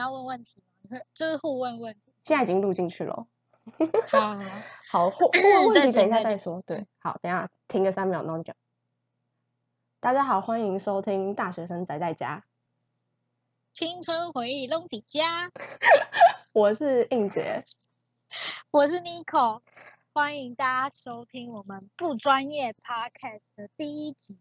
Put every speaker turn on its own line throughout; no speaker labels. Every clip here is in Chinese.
要问问题吗？你会就是互问问题。
现在已经录进去了。
好，好好
好， 或或问
再
题等一
剪
下
再
嗯再
剪
说。对，好，等一下停个三秒，然后你讲。大家好，欢迎收听《大学生宅在家
青春回忆弄底家，》，
我是应杰。
我是 Nico，欢迎大家收听我们不专业 Podcast 的第一集。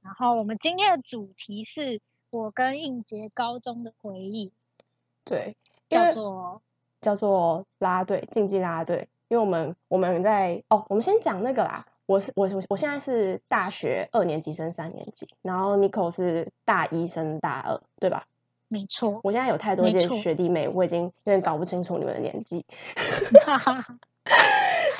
然后我们今天的主题是我跟应杰高中的回忆，
对，因
叫
为
做
叫做啦啦队，竞技啦啦队。因为我们我们在哦，我们先讲那个啦。我是我我我现在是大学二年级升三年级，然后 Nico 是大一升大二，对吧？
没错，
我现在有太多
没
届
错
学弟妹，我已经有点搞不清楚你们的年纪。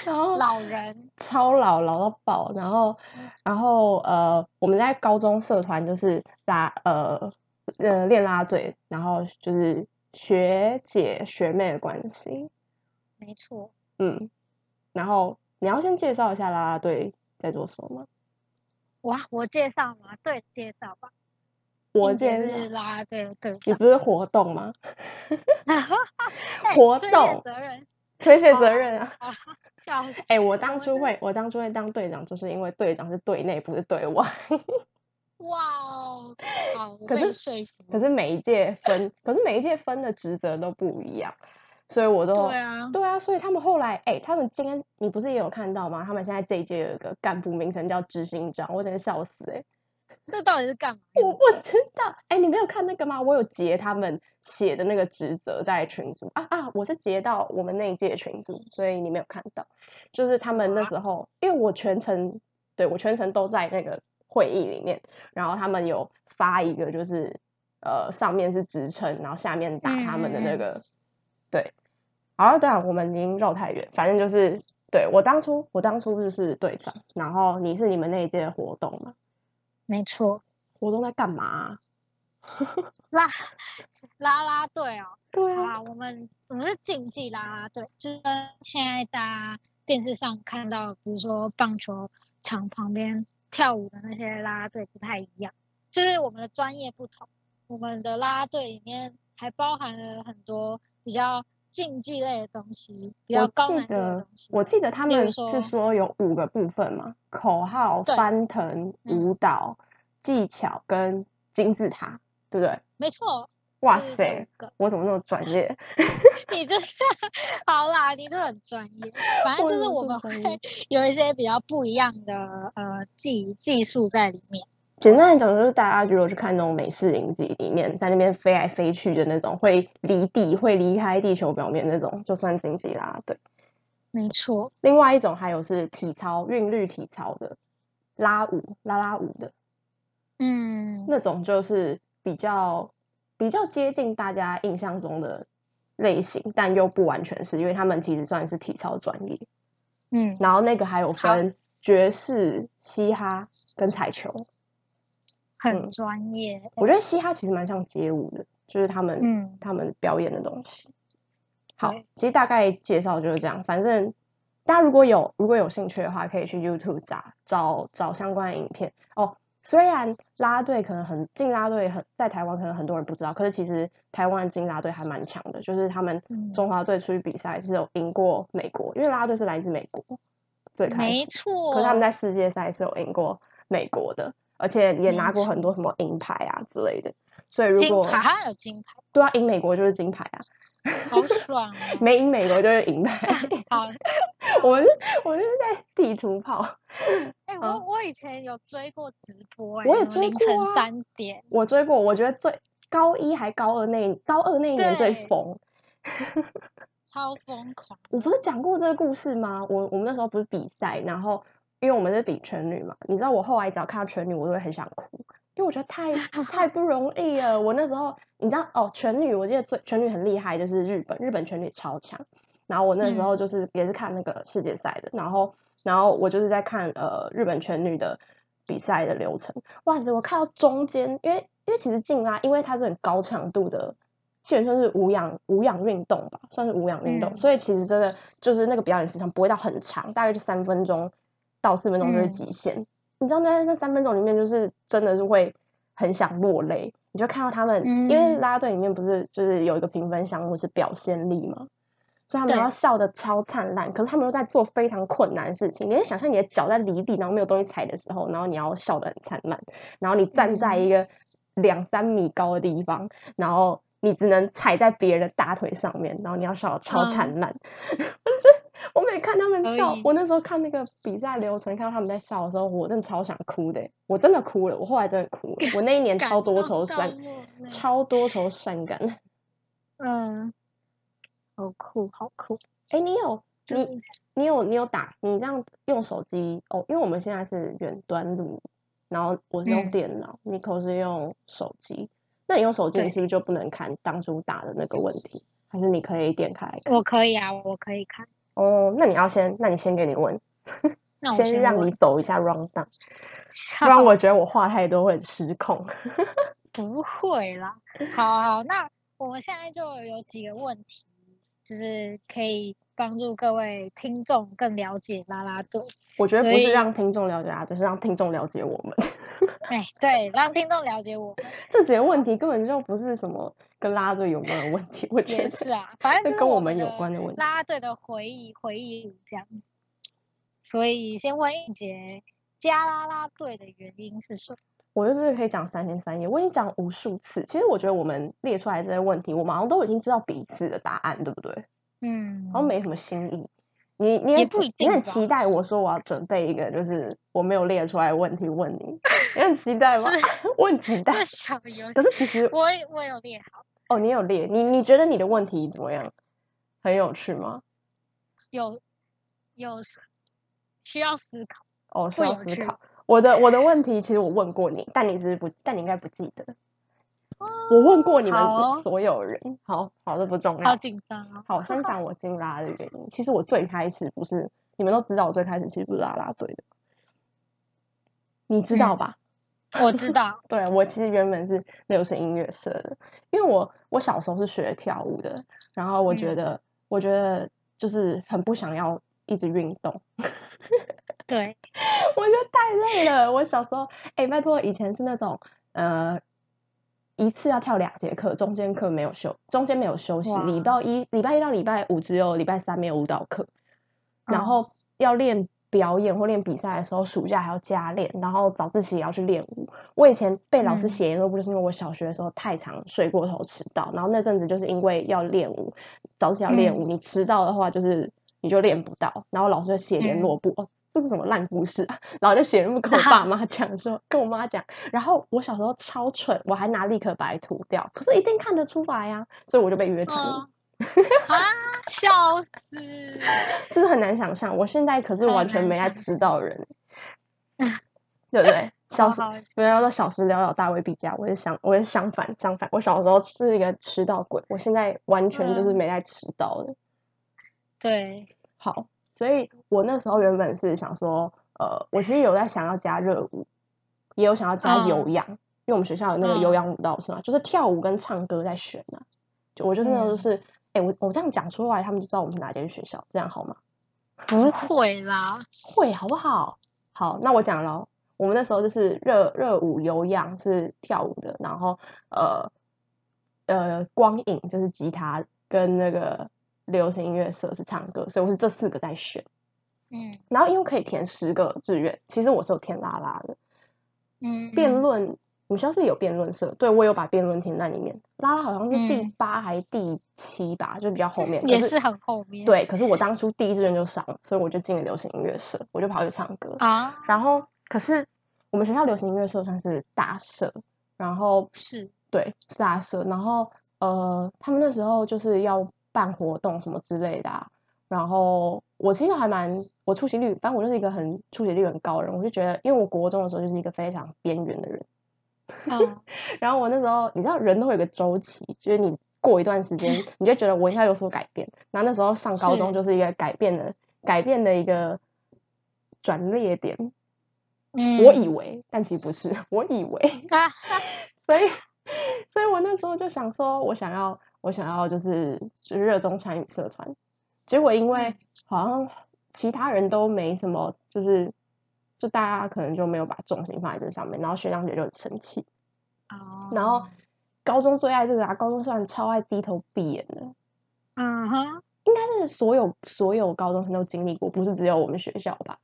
然 后
老人
超老老到爆，然后
嗯
然后呃，我们在高中社团就是拉呃呃练拉队，然后就是学姐学妹的关系，
没错。
嗯，然后你要先介绍一下啦啦队在做什么吗？
哇，我介绍吗？对，介绍吧。
我
应杰
介
是
绍，
啦，对对。
你不是活动吗？
哎
活
推卸
动
责任
推卸责
哦
任啊！
啊，笑死！
哎、我当
我
初
是
会，我当初会当队长，就是因为队长是队内，不是队外。
哇哦，好，我
可
被
是
说服
可
了。
是每一届分，可是每一届分的职责都不一样，所以我都
对啊，
对啊，所以他们后来，哎、他们今天你不是也有看到吗？他们现在这一届有一个干部名称叫执行长，我真的笑死哎、
这到底是干嘛用
我不知道，哎、你没有看那个吗？我有截他们写的那个职责在群组啊啊，我是截到我们那一届群组，所以你没有看到，就是他们
啊
那时候，因为我全程对我全程都在那个会议里面，然后他们有发一个就是呃上面是职称，然后下面打他们的
嗯嗯
那
嗯
个、对，好，当然我们已经绕太远，反正就是对我当初我当初就是队长，然后你是你们那一届的活动嘛，
没错，
活动在干嘛啊、
啦啦啦队哦，
对
好啦，我们我们是竞技啦啦队，就是跟现在大家电视上看到，比如说棒球场旁边跳舞的那些啦啦队不太一样，就是我们的专业不同，我们的啦啦队里面还包含了很多比较竞技类的东西，比
我
较高
记
难度
得
的东西。
我记得他
例如
们
说
是说有五个部分嘛，口号、
对
翻腾、
嗯
舞蹈、技巧跟金字塔，对不对？
没错，
哇
就是这
塞
五，个。
我怎么那么专业？
你就是 好啦，你都很专业。反正
啊
就是我们
会
会 有一些比较不一样的呃技技术在里面。
简单来讲，就是大家如果去看那种美式影集里面，在那边飞来飞去的那种，会离地、会离开地球表面那种，就算竞技啦。对，
没错，
另外一种还有是体操、韵律体操的拉舞、拉拉舞的，
嗯，
那种就是比较比较接近大家印象中的类型，但又不完全是，因为他们其实算是体操专业。
嗯，
然后那个还有
好
分爵士、嘻哈跟彩球。嗯
很专业。
我觉得嘻哈其实蛮像街舞的，就是他们、
嗯，
他们表演的东西。好
对，
其实大概介绍就是这样。反正大家如果有如果有兴趣的话，可以去 YouTube 找找找相关的影片哦。虽然啦啦队可能很进啦啦队很在台湾可能很多人不知道，可是其实台湾的进啦啦队还蛮强的，就是他们
嗯
中华队出去比赛是有赢过美国，因为啦啦队是来自美国最开
没
始，
错。
可是他们在世界赛是有赢过美国的，而且也
没
拿过很多什么银牌啊之类的。所以如
金
果
牌还有金牌，
对啊，赢美国就是金牌啊，
好爽哦！
没赢美国就是银牌。
好，
我们是，我们是在地图炮。
哎、
好
我我以前有追过直播、哎，
我也
什么
追
凌晨
过啊
三点，
我追过，我觉得最高一还高二那高二那一年最
对
疯。
超疯狂。
我不是讲过这个故事吗？我我们那时候不是比赛，然后因为我们是比全女嘛，你知道我后来只要看到全女，我都会很想哭，因为我觉得太太不容易了。我那时候你知道哦，全女我记得最全女很厉害，就是日本，日本全女超强。然后我那时候就是也是看那个世界赛的，然后然后我就是在看呃日本全女的比赛的流程。哇塞，我看到中间，因为因为其实进拉，因为它是很高强度的，基本上是无氧无氧运动吧，算是无氧运动，
嗯
所以其实真的就是那个表演时长不会到很长，大概就三分钟到四分钟就是
嗯
极限。你知道那那三分钟里面，就是真的是会很想落泪，你就看到他们，
嗯
因为啦啦队里面不是就是有一个评分项目是表现力嘛，所以他们
对
要笑的超灿烂，可是他们又在做非常困难的事情。你就想象你的脚在离地，然后没有东西踩的时候，然后你要笑的很灿烂，然后你站在
嗯
一个两三米高的地方，然后你只能踩在别人的大腿上面，然后你要笑的超
嗯
灿烂。 我每看他们
可
笑
以，
我那时候看那个比赛流程，看到他们在笑的时候，我真的超想哭的欸，我真的哭了，我后来真的哭了，我那一年
感
哎超多
动
愁
到
善，
落泪
超多愁善感。
嗯，好酷，好酷，
哎、你有
真
你你有你有打你这样用手机哦，因为我们现在是远端录，然后我是用
嗯
电脑、n i c o 是用手机，那你用手机你
对
是不是就不能看当初打的那个问题？还是你可以点开来看？
我可以啊，我可以看。
哦，那你要先，那你先给你问，
那我
先让
问
你走一下 round down。
笑
不然我觉得我话太多会很失控。
不会啦。好好，那我们现在就有几个问题，就是可以帮助各位听众更了解啦啦队。
我觉得不
所以
是让听众了解他，就是让听众了解我们。
哎，对，让听众了解我们
这几个问题根本就不是什么跟拉队有关的问题，我觉
也
得
是 啊，反正
这
就是
跟我
们
们有
的
关的问题
啦啦队的回忆回忆录这样。所以先问一杰，加啦啦队的原因是什么？
我就是可以讲三天三夜，我已经讲无数次。其实我觉得我们列出来这些问题，我们好像都已经知道彼此的答案，对不对？
嗯，
好像没什么新意。你你
也
也
不一
你很
定吧
期待我说我要准备一个，就是我没有列出来的问题问 你，你很期待吗
是？
我很期待
这。小游戏
可是其实
我也我有列好，
哦，你有列，你你觉得你的问题怎么样？很有趣吗？
有有需要思考。
哦，需
不
要
有
思
趣
考。我的我的问题其实我问过你，但你只是不，但你应该不记得。我问过你们
哦好哦
所所有人，好好，这不重
好
要。
紧张哦！
好，先讲我进拉的原因。其实我最开始不是，你们都知道，我最开始其实不是啦啦队的，你知道
嗯
吧？
我知道，
对我其实原本是流行音乐社的，因为我我小时候是学跳舞的，然后我觉
嗯
得、我觉得就是很不想要一直运动，
对，
我觉得太累了。我小时候，哎、拜托，以前是那种呃，一次要跳两节课，中间课没有休，中间没有休息，
哇
礼拜一、礼拜一到礼拜五只有礼拜三没有舞蹈课，然
嗯
后要练表演或练比赛的时候，暑假还要加练，然后早自习也要去练舞。我以前被老师
嗯
写联络簿，就是因为我小学的时候太常睡过头迟到，然后那阵子就是因为要练舞，早自习要
嗯
练舞，你迟到的话就是你就练不到，然后老师就写联
嗯
络簿。哦这是什么烂故事啊？然后就写联 络簿跟我爸妈讲说，跟我妈讲。然后我小时候超蠢，我还拿立可白涂掉，可是一定看得出来呀、所以我就被约谈了。
嗯，啊，笑死！
是不是很难想象？我现在可是
很
完全
难
没在
想
知
象
道人， 对不对？小
好
时
好
不要说小时了了，大未必佳。我是相，我是相反，相反。我小时候是一个迟到鬼，我现在完全就是
嗯
没在迟到的。
对，
好，所以我那时候原本是想说，呃，我其实有在想要加热舞，也有想要加有
嗯
氧，因为我们学校有那个有
嗯
氧舞蹈社嘛，就是跳舞跟唱歌在选啊。就我就是那种，就
嗯
是，哎、我我这样讲出来，他们就知道我们是哪间学校，这样好吗？
不会啦，
会好不好？好，那我讲喽。我们那时候就是热热舞、有氧是跳舞的，然后呃呃光影就是吉他跟那个流行音乐社是唱歌，所以我是这四个在选。
嗯
然后因为可以填十个志愿，其实我是有填拉拉的。
嗯，
辩论，你们学校是有辩论社？对我有把辩论填在里面。拉拉好像是第
嗯
八还是第七吧，就比较后面。可
也
是
是很后面，
对，可是我当初第一志愿就上了，所以我就进了流行音乐社，我就跑去唱歌。
啊，
然后可是我们学校流行音乐社算是大社，然后
是，
对是大社，然后呃，他们那时候就是要办活动什么之类的、啊，然后我其实还蛮我出席率，反正我就是一个很出席率很高的人，我就觉得，因为我国中的时候就是一个非常边缘的人，
嗯，
然 后我那时候，你知道人都会有个周期，就是你过一段时间，你就觉得我应该有所改变。然后那时候上高中
是
就是一个改变的改变的一个转捩点，
嗯
我以为，但其实不是， 我以为，
啊，
所以，所以我那时候就想说，我想要，我想要就是就是热衷参与社团，结果因为
嗯
好像其他人都没什么，就是就大家可能就没有把重心放在这上面，然后学长姐就很生气。然后
哦
高中最爱这个啊，高中虽然超爱低头闭眼的，
嗯哼，
应该是所有所有高中生都经历过，不是只有我们学校吧？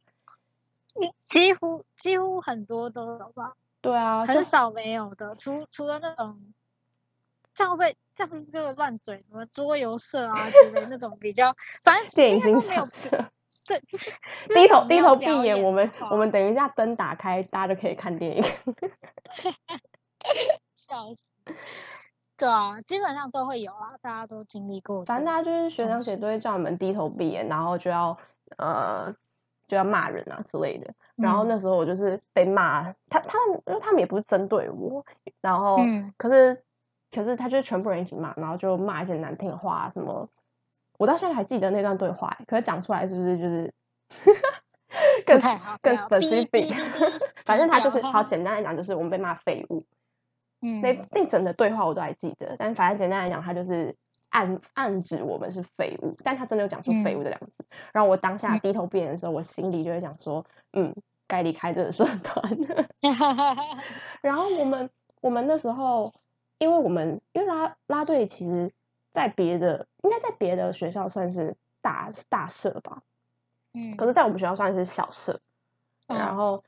几乎几乎很多都有吧，
对啊，就
很少没有的，除除了那种这样会这样就乱嘴，什么桌游社啊之类那种比较，反正
电
应
影
该都
欣
没有
赏 者。
对，就是就是
低头
没
低
有
头闭
表
眼，我们
的话
我们等一下灯打开，大家就可以看电影。
笑死。对啊，基本上都会有啊，大家都经历过这个。
反正大家就是学
真
长姐
是
都会叫我们低头闭眼，然后就要呃就要骂人啊之类的。然后
嗯
那时候我就是被骂，他他们因为他们也不是针对我，然后、
嗯
可是可是他就是全部人一起骂，然后就骂一些难听的话，啊什么我到现在还记得那段对话欸，可是讲出来是不是就是更
不太好，
更
对啊哔哔
specific？
哔哔
反正他
掉
就是
哈
好
哈
简单来讲，就是我们被骂废物，
嗯，
那那整的对话我都还记得，但反正简单来讲，他就是暗暗指我们是废物，但他真的有讲出废
嗯
物这两个字。然后我当下
嗯
低头闭眼的时候，我心里就会想说，嗯，该离开这个社团。 然后我们我们那时候，因为我们因为拉拉队其实在别的应该在别的学校算是大大社吧，
嗯，
可是在我们学校算是小社。然
嗯
后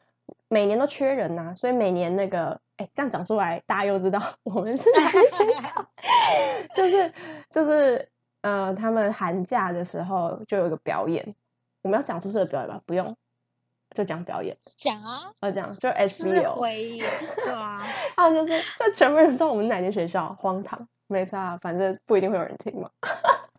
每年都缺人呐、所以每年那个，哎，这样讲出来，大家又知道我们是 哪一学校 就是就是呃，他们寒假的时候就有一个表演，我们要讲宿舍的表演吧？不用，就讲表演，
讲 啊，
呃，讲就
就是
HBO，
回忆，对啊，
还有就是这全部人知道我们哪间学校，荒唐，没事啊，反正不一定会有人听嘛。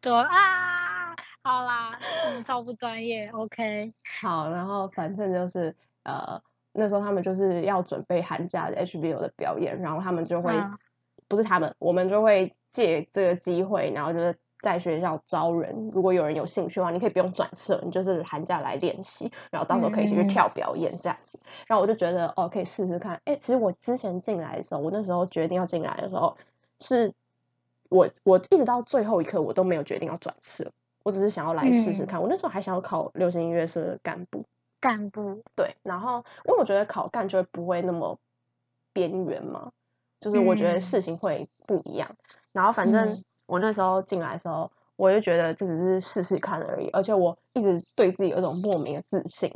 对啊，好啦，我们超不专业，OK，
好，然后反正就是呃，那时候他们就是要准备寒假的 HBO 的表演，然后他们就会、
嗯
不是他们，我们就会借这个机会，然后就是在学校招人，如果有人有兴趣的话，你可以不用转社，你就是寒假来练习，然后到时候可以去
嗯
跳表演这样子。然后我就觉得哦，可以试试看。哎，其实我之前进来的时候，我那时候决定要进来的时候，是我我一直到最后一刻我都没有决定要转社。我只是想要来试
嗯
试看，我那时候还想要考流行音乐社的干部，
干部，
对，然后因为我觉得考干就会不会那么边缘嘛，就是我觉得
嗯
事情会不一样。然后反正
嗯
我那时候进来的时候，我就觉得这只是试试看而已，而且我一直对自己有一种莫名的自信，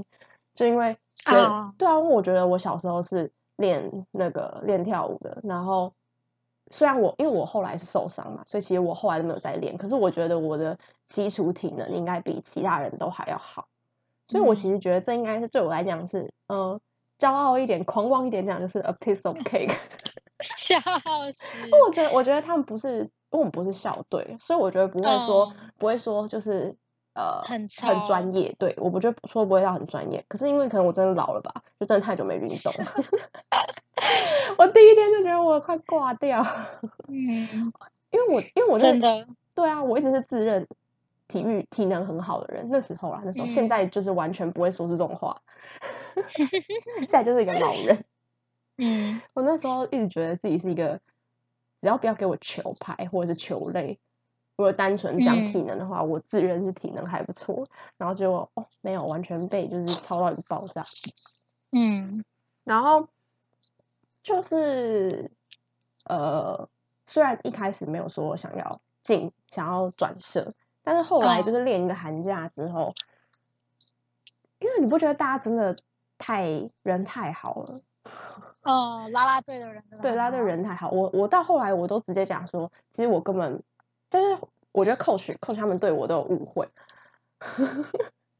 就因为觉得、
哦
对啊，因为我觉得我小时候是练那个练跳舞的，然后虽然我因为我后来是受伤嘛，所以其实我后来都没有再练，可是我觉得我的基础体能应该比其他人都还要好，
嗯
所以我其实觉得这应该是对我来讲是呃骄傲一点、狂妄一点讲，就是 a piece of cake。
笑死，
因为我觉得，我觉得他们不是，因为我们不是校队，所以我觉得不会说，
嗯
不会说就是呃
很
很专
超
业。对，我不觉得说不会到很专业，可是因为可能我真的老了吧，就真的太久没运 动了。 我第一天就觉得我快挂掉，
嗯，
因为我因为我
真
是
的，
对啊，我一直是自认体育体能很好的人，那时候啦，那时候、现
嗯
在就是完全不会说出这种话， 现在就是一个老人。
嗯
我那时候一直觉得自己是一个，只要不要给我球拍或者是球类，如果单纯讲体能的话，我自认是体能还不错。然后结果哦，没有，完全被就是超到一个爆炸。
嗯
然后就是呃，虽然一开始没有说想要进想要转社，但是后来
哦
就是练一个寒假之后，因为你不觉得大家真的太人太好了？
哦，啦啦队的人真的
对，
很
拉队
好，
人太好。我我到后来我都直接讲说，其实我根本就是我觉得 coach coach 他们对我都有误会，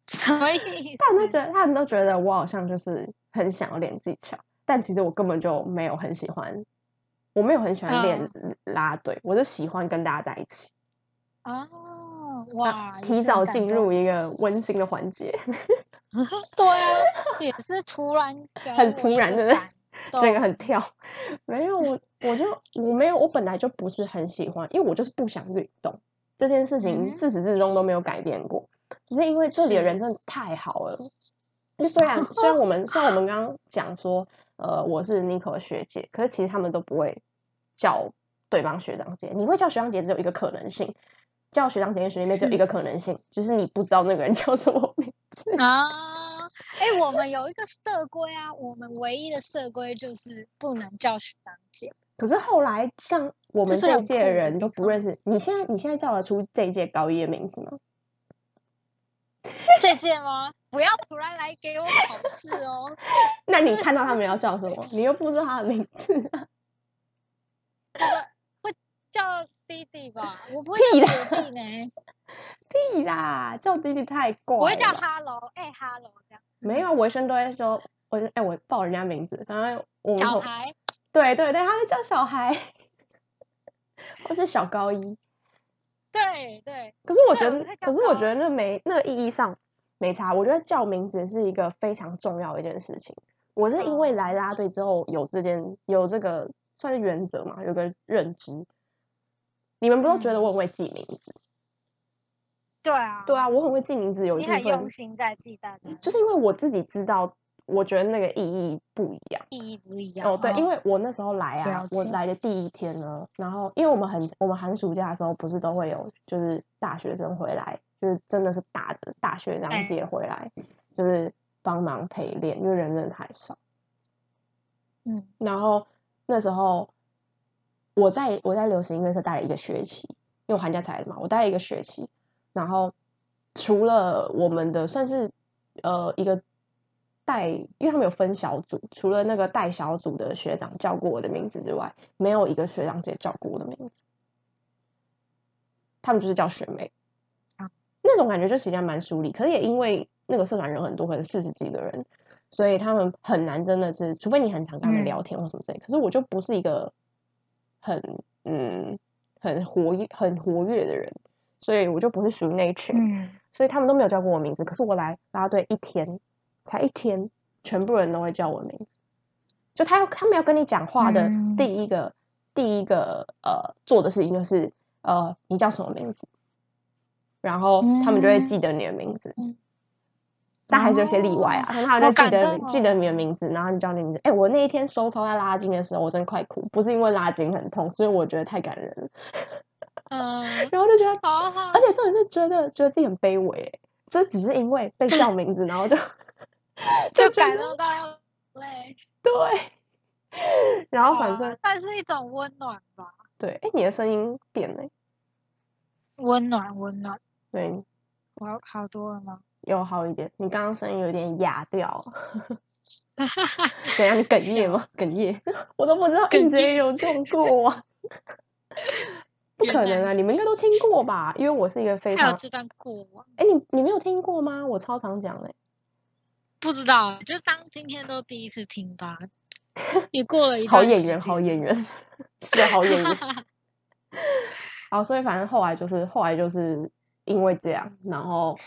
什么意思？
他们都觉得他们都觉得我好像就是很想要练技巧，但其实我根本就没有很喜欢，我没有很喜欢练拉队，我就喜欢跟大家在一起，
哦，
那
哇，也
啊提
是很
早
感
进
动
入一个温馨的环节，
对啊，也是突然给
很
我
突
一
然
个
对不对
感
这个
动
很跳。没有我我就我没有我本来就不是很喜欢，因为我就是不想运动这件事
嗯
情
哼
自始至终都没有改变过，只是因为这里的
是
人真的太好了。就虽然虽然我们虽然我们刚刚讲说，呃，我是 n i c o 学姐，可是其实他们都不会叫对方学长姐，你会叫学长姐只有一个可能性，叫学长姐跟学弟妹只有一
是
个可能性，就是你不知道那个人叫什么名。
啊！哎、 我们有一个社规啊，我们唯一的社规就是不能叫学长姐，
可是后来像我
这
们
是
这一
很
届
酷
的
的
人
地
都不
方
认识，你现在你现在叫得出这一届高一的名字吗？
这届吗？不要突然来给我考试哦！
那你看到他们要叫什么，你又不知道他的名字啊、
这个会叫弟弟吧？我不会
屁
叫
啦
学弟 呢，
屁啦，叫弟弟太怪了。
我会叫 hello，哎、hello 这样。
没有，我一生都会说，我哎、我报人家名字，反正我们
小
同
孩，
对对对，他会叫小孩， 或是小高一。
对对，
可是我觉
对
得
我会，叫
可是我
高
觉得那没那意义上没差。我觉得叫名字是一个非常重要的一件事情。我是因为
哦
来啦队之后有这件有这个算是原则嘛，有个认知。你们不都觉得
嗯
我很会记名字？
对啊，
对啊，我很会记名字，有一
你
部
很用
分
心在记大家，
就是因为我自己知道，我觉得那个意义不一样。
意义不一样
哦，对，因
为
为我那时候来啊
了，
我
解
来的第一天呢，然后因为我们很，我们寒暑假的时候不是都会有，就是大学生回来，就是真的是大的大学长
哎
姐回来，就是帮忙陪练，因为人真的太少。
嗯，
然后那时候我在我在流行音乐社待了一个学期，因为我寒假才来的嘛，我待了一个学期。然后除了我们的算是呃一个带，因为他们有分小组，除了那个带小组的学长叫过我的名字之外，没有一个学长姐叫过我的名字，他们就是叫学妹
啊。
那种感觉就其实还蛮疏离，可是也因为那个社团人很多，可能四十几个人，所以他们很难真的是，除非你很常跟他们
嗯
聊天或什么之类。可是我就不是一个很嗯很活跃很活跃的人，所以我就不是属于那一群，
嗯，
所以他们都没有叫过我名字。可是我来啦啦队一天，才一天，全部人都会叫我名字。就他要他们要跟你讲话的
嗯
第一个、第一个呃做的事情就是呃你叫什么名字，然后他们就会
嗯
记得你的名字。
嗯
但还是有些例外啊，但他们
好
就记
感
得
动哦
你记得你的名字，然后你叫你名字。哎、我那一天收操在拉筋的时候，我真快哭，不是因为拉筋很痛，是因为我觉得太感人了，
嗯，
然后就觉得
好好，
而且重点是觉得觉得自己很卑微欸，就只是因为被叫名字，然后就
就
觉
感
得
动到要泪，
对，然后反
哇
正
算是一种温暖吧，
对，哎，你的声音变了欸，
温暖温暖，
对，
我好多了吗？
有好一点，你刚刚声音有点哑掉， 怎样？你哽咽吗？哽咽，我都不知道
哽
一直
咽
有这种过啊，不
原
可能
来
啊，你们应该都听过吧？因为我是一个非
还有
常，
这段过往，
哎，你你没有听过吗？我超常讲的欸，
不知道，就当今天都第一次听 吧，也过了一
好
段
演
时
员，好
间
演
了，
员，是个好演员。好，所以反正后来就是后来就是因为这样，然后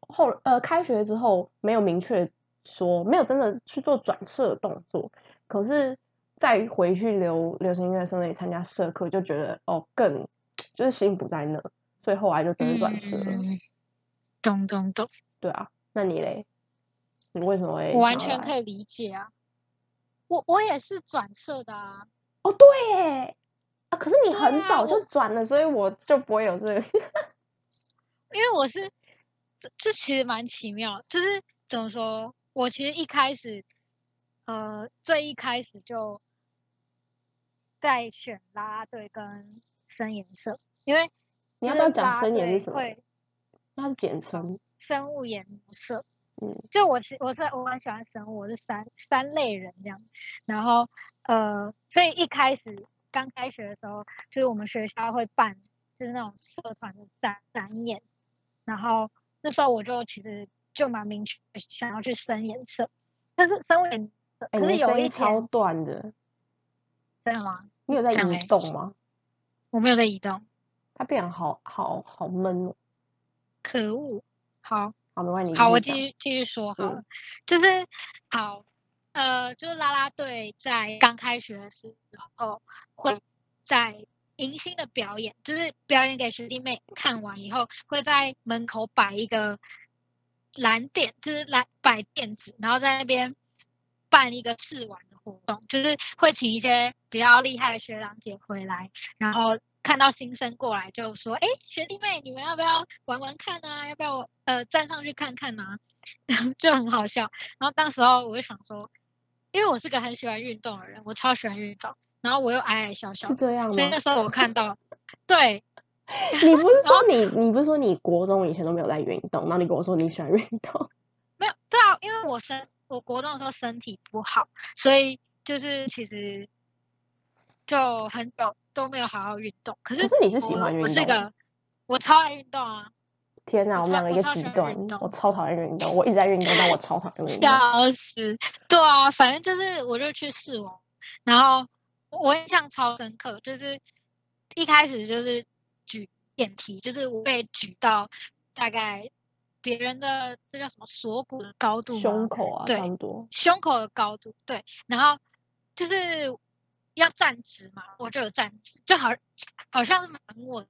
后呃开学之后没有明确说没有真的去做转社的动作，可是再回去流流行音乐生那里参加社课，就觉得哦更就是心不在那，所以后来就真的转社了。
嗯，懂懂懂，
对啊，那你嘞？你为什么会
我完
想要
全
来
可以理解啊，我我也是转社的啊，
哦对耶啊，可是你
对
很
啊
早
我
就转了，所以我就不会有这个
因为我是这这其实蛮奇妙，就是怎么说，我其实一开始，呃，最一开始就在选啦啦队跟声颜社，因为
你
就
要不要
是
讲
啦啦
声颜是
队
什么
会
那是简称。
生物研磨社，
嗯，
就我是我是我很喜欢生物，我是三三类人这样，然后呃，所以一开始刚开学的时候，就是我们学校会办就是那种社团的展展演，然后那时候我就其实就蛮明确想要去生颜社，但是生物颜色
哎、
可
你
是
的声
有
音
一
超
天
短的，
真的吗？
你有在
看
移
欸
动吗？
我没有在移动，
它变得好好好闷哦。
可恶，好。
好，没关系，你
好，我继
继续
续继续说好
嗯
了，就是好，呃，就是啦啦队在刚开学的时候会在迎新的表演，就是表演给学弟妹看完以后，会在门口摆一个蓝垫，就是蓝摆垫子，然后在那边办一个试玩的活动，就是会请一些比较厉害的学长姐回来，然后看到新生过来就说：“哎，学弟妹，你们要不要玩玩看啊？要不要我呃站上去看看啊？” 就很好笑。然后当时候我就想说，因为我是个很喜欢运动的人，我超喜欢运动，然后我又矮矮小小
是，这样
所以那
吗？
时候我看到，对
你不是说你你不是说你国中以前都没有在运动，然后你跟我说你喜欢运动，
没有对啊，因为我身我国中的时候身体不好，所以就是其实就很久都没有好好运动。可
可
是
是你是
我
喜欢
我是
运动的。
个我超爱运动啊，
天
我
哪，我们
超
两
我
个一个
超
极
喜欢
端
运，动
我超讨厌运动，我一直在运动，但我超讨厌运动。
笑死！对啊，反正就是我就去试网，然后我印象超深刻，就是一开始就是举电梯，就是我被举到大概别人的这叫什么锁骨的高度吗，
胸口啊，
对
差不多。
胸口的高度，对，然后就是要站直嘛，我就有站直，就好好像是蛮稳。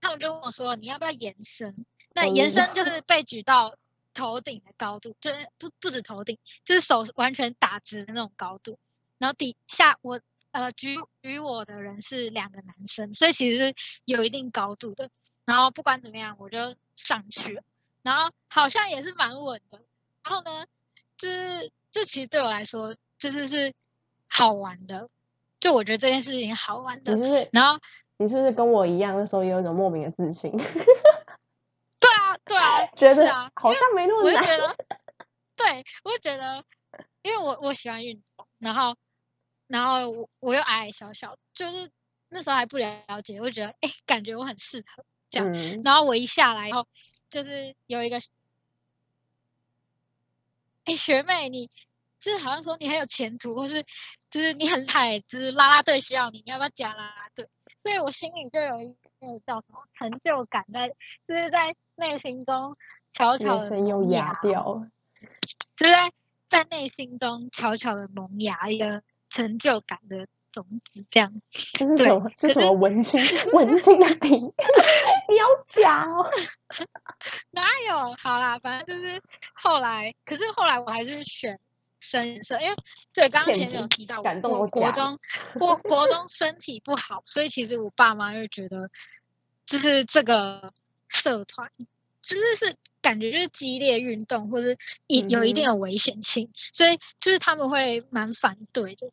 他们就问我说：“你要不要延伸？”那
哦
延
你
伸就是被举到头顶的高度，就是不不止头顶，就是手完全打直的那种高度。然后底下我呃举举我的人是两个男生，所以其实是有一定高度的。然后不管怎么样，我就上去了，然后好像也是蛮稳的。然后呢，就是这其实对我来说就是是好玩的，就我觉得这件事情好玩
你
的
是。不是
然后
你是不是跟我一样，那时候也有一种莫名的自信，
啊对啊，对啊，
觉
是
得
啊，
好像没那
我
么
就觉
难。
得，对我就觉得，因为我我喜欢运动，然后然后我我又矮矮小小的，就是那时候还不了解，我就觉得哎、诶感觉我很适合。这样
嗯，
然后我一下来以后，就是有一个，哎、学妹，你就是好像说你很有前途，或是就是你很菜，就是啦啦队需要你，你要不要加啦啦队？所以我心里就有一那个叫什么成就感在，就是在内心中悄悄
人
的
生又
萌
哑
芽，
掉 了。
就是在在内心中悄悄的萌芽一个成就感的种子，这样。
这是
对
什么？是
可
什么
是
文青？文青的评？ 你好假哦！
哪有？好啦，反正就是后来，可是后来我还是选深颜色，因为对刚刚
骗
前面
子
有提到我，
感动
我
我
国
假
中我国中身体不好，所以其实我爸妈就觉得，就是这个社团，就是是感觉就是激烈运动或者一有一定
嗯
的危险性，所以就是他们会蛮反对的。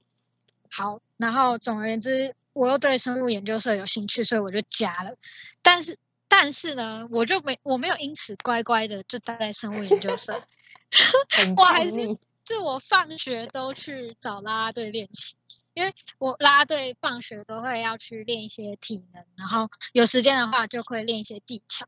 好，然后总而言之，我又对生物研究社有兴趣，所以我就加了。但是，但是呢，我就没我没有因此乖乖的就待在生物研究社，
很
我还
叛
是
逆
就我放学都去找啦啦队练习，因为我啦啦队放学都会要去练一些体能，然后有时间的话就会练一些技巧。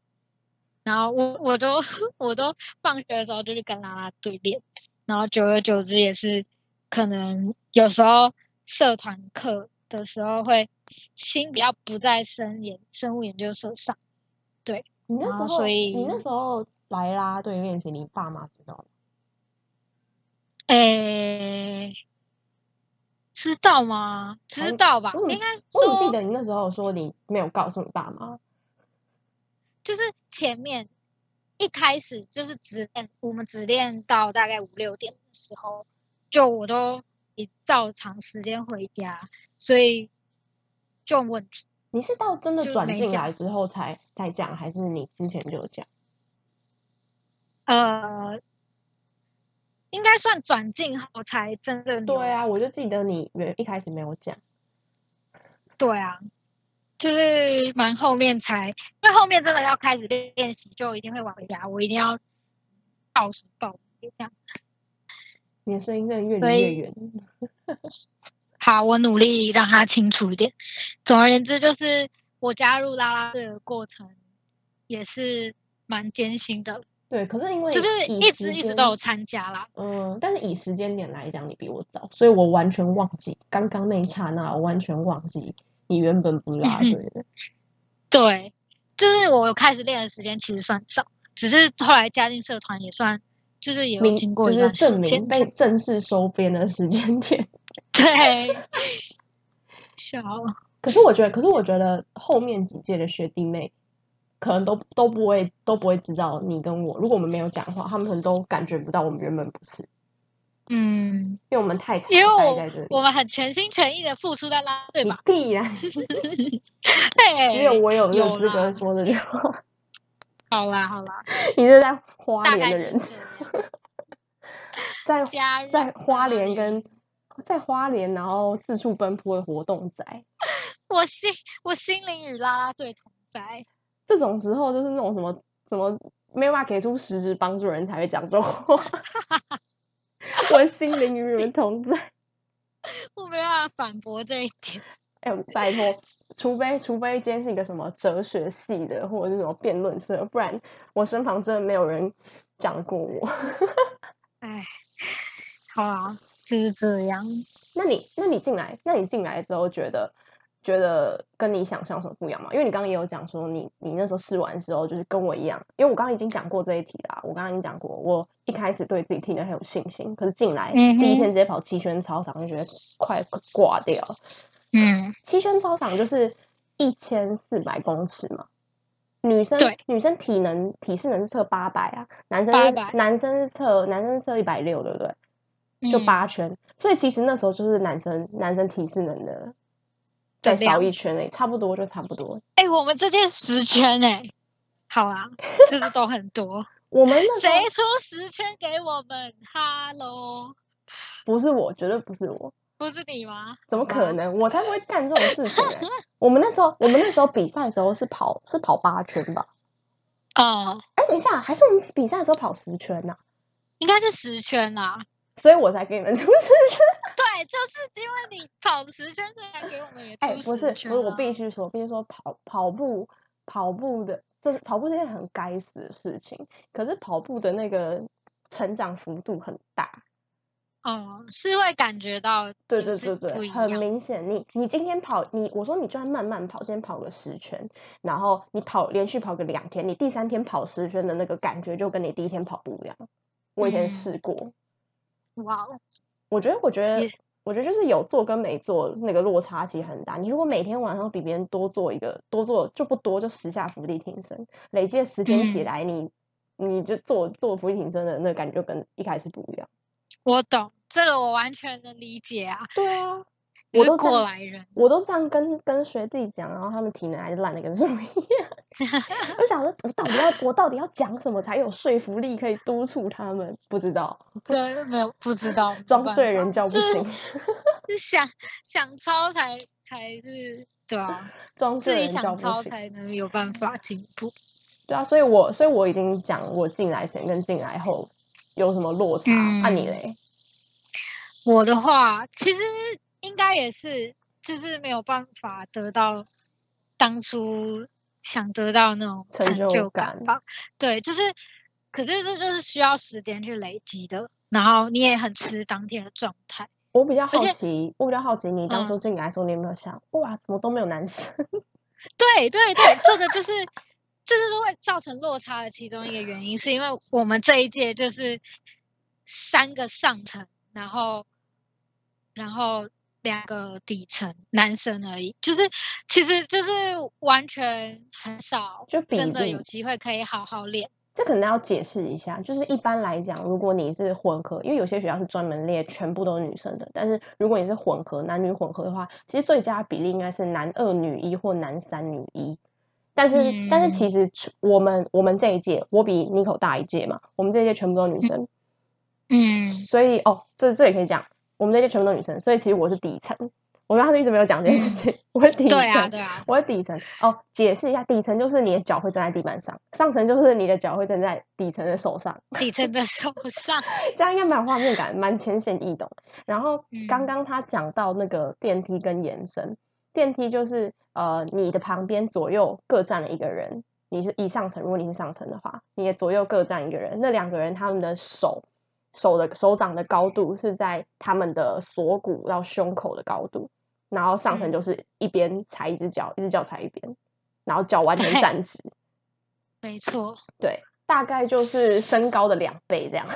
然后我我都 我都放学的时候就去跟啦啦队练，然后久而久之也是可能有时候社团课的时候会心比较不在生研生物研究社上，
你那
然后
时
啊所
候，你那
以
时候来啦队练习，你爸妈 知道吗？
诶，知道吗？
好
知道吧
我？怎么
应该
我怎么记
说
得你那时候说你没有告诉你爸妈？
就是前面一开始就是只练，我们只练到大概五六点的时候，就我都以照常时间回家，所以就有问题。
你是到真的
就
转
没
进
讲
来之后才才讲，还是你之前就有讲？
呃，应该算转进后才真正有
对啊，我就记得你原一开始没有讲。
对啊，就是蛮后面才，因为后面真的要开始练练习，就一定会往回家，我一定要报时报这样。
你的声音真的越
所
离越
以
远。
好，我努力让它清楚一点。总而言之，就是我加入啦啦队的过程也是蛮艰辛的，
对，可是因为
就是
以
一
时
直一直
间
都有参加啦。
嗯，但是以时间点来讲，你比我早，所以我完全忘记刚刚那一刹那，我完全忘记你原本不拉
嗯哼
队的。
对，就是我开始练的时间其实算早，只是后来加进社团也算，就是也有
明
经过
就
一
是
段时
证
间
明。被正式收编的时间点。
对， 笑。
可是我觉得，可是我觉得后面几届的学弟妹，可能都都不会都不会知道你跟我。如果我们没有讲话，他们可能都感觉不到我们原本不是，
嗯，
因为我们太常
因为
待
我
在这里。
我们很全心全意的付出在啦啦队
你
嘛。
必然
对，
嗯只有我有这
有
个资格
啦，
说这句话。
好啦好啦，
你是在花
大
莲
概
的
就是
人，
这样。
在
加入
在
啦啦
花莲
队
跟在花莲，然后四处奔波的活动仔。
我心我心灵与啦啦队同在，
这种时候就是那种什么什么没有办法给出实质帮助的人才会讲这种话。我的心灵与你们同在。
我没办法反驳这一点。
哎、拜托，除非除非今天是一个什么哲学系的，或者是什么辩论社，不然我身旁真的没有人讲过我。
哎，好啊，就是这样。
那你那你进来，那你进来之后觉得觉得跟你想象有什么不一样吗？因为你刚刚也有讲说你你那时候试完之后就是跟我一样，因为我刚刚已经讲过这一题啦，我刚刚已经讲过，我一开始对自己听的很有信心，可是进来
嗯
第一
哼
天直接跑七圈操场就觉得快挂掉。
嗯，
七圈操场就是一千四百公尺嘛。女生
对
女生体能体适能是测八百啊，男生
800
是男生是测男生是测一百六，对不对？就
嗯
八圈，所以其实那时候就是男生男生体适能的
的
再少
量
一圈而已，差不多就差不多。
哎、我们这件十圈哎、好 啊，就是都很多。
我们那时候
谁出十圈给我们？Hello，
不是我，绝对不是我，
不是你吗？
怎么
好吧
可？能？我才不会干这种 事情、欸。我们那时候我们那时候比赛的时候是跑是跑八圈吧？
哦，
哎、等一下，还是我们比赛的时候跑十圈呐、
应该是十圈啦。
所以我才给你们出十圈。
对，就是因为你跑十圈，所以才给我们也
哎、
出
不是，
十
不
圈、啊
是，我必须说，必须说跑跑步，跑步的，这是跑步是件很该死的事情。可是跑步的那个成长幅度很大，
哦，是会感觉到
对
有
对
自
对
不
对，
一
很
样
明显。你你今天跑，你我说你就算慢慢跑，今天跑个十圈，然后你跑连续跑个两天，你第三天跑十圈的那个感觉就跟你第一天跑不一样。我以前
嗯
试过，
哇哦，
我觉得，我觉得
也，
我觉得就是有做跟没做那个落差其实很大。你如果每天晚上比别人多做一个，多做就不多，就十下伏地挺身，累积了十天起
嗯
来，你你就做做伏地挺身的那感觉就跟一开始不一样。
我懂这个，我完全能理解啊，
对啊，
你
我
是
都这
过
样
来人。
我都这样跟跟学弟讲，然后他们体能还是烂的跟什么一样。 我想说，我到底要我到底要讲什么才有说服力，可以督促他们？不知道，
这没有不知 道，没有
装
办
睡
法
人觉不
就是
醒，
是想想抄才才是对 啊，
装
自
睡
己
人觉
想
不
抄
醒。
才能有办法进步。
对啊，所以我所以我已经讲我进来前跟进来后有什么落差，按、啊、你
嗯
嘞，
我的话，其实应该也是，就是没有办法得到当初想得到那种
成
成
就
就
感
吧。对，就是，可是这就是需要时间去累积的，然后你也很吃当天的状态。
我比较好
且
奇，我比较好奇你当
嗯
初进来的时候，你有没有想、哇，怎么都没有男生？
对对对，这个就是。这就是会造成落差的其中一个原因，是因为我们这一届就是三个上层，然后然后两个底层男生而已，就是其实就是完全很少，
就比
真的有
例
机会可以好好练。
这可能要解释一下，就是一般来讲，如果你是混合，因为有些学校是专门列全部都是女生的，但是如果你是混合男女混合的话，其实最佳比例应该是男二女一或男三女一。但是、
嗯
但是其实我们我们这一届，我比 n i c o 大一届嘛，我们这一届全部都是女生，
嗯，
所以哦，这这也可以讲，我们这些全部都女生，所以其实我是底层。我刚刚一直没有讲这件事情， 我是底层，
对啊，对啊，
我是底层。哦，解释一下，底层就是你的脚会站在地板上，上层就是你的脚会站在底层的手上，
底层的手上，
这样应该蛮有画面感，蛮浅显易懂。然后
嗯
刚刚他讲到那个电梯跟延伸，电梯就是呃，你的旁边左右各站了一个人，你是一上层，如果你是上层的话，你的左右各站一个人，那两个人他们的手手的手掌的高度是在他们的锁骨到胸口的高度，然后上层
嗯
就是一边踩一只脚，一只脚踩一边，然后脚完 全
对
站直，
没错，
对，大概就是身高的两倍这样。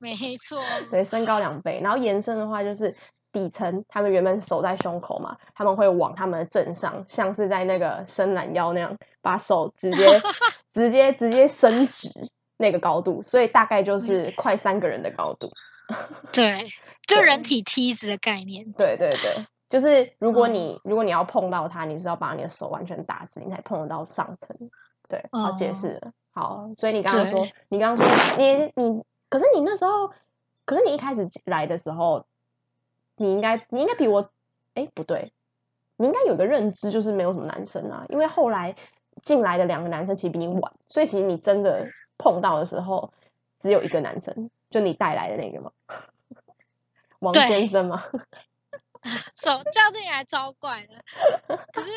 没错，
对，身高两倍。然后延伸的话，就是底层他们原本手在胸口嘛，他们会往他们的正上，像是在那个伸懒腰那样，把手直接直接直接伸直那个高度，所以大概就是快三个人的高度。
对，就人
对
体梯子的概念。
对对对，就是如
嗯
果你、如果你要碰到它，你是要把你的手完全打直，你才碰得到上层。对，好解
哦
释了。好，所以你刚刚说
对，
你刚刚说你你，可是你那时候，可是你一开始进来的时候，你应该你应该比我，哎不对，你应该有个认知就是没有什么男生啊，因为后来进来的两个男生其实比你晚，所以其实你真的碰到的时候只有一个男生，就你带来的那个嘛， 王
对
先生嘛，
怎么这样子你还招怪了？可是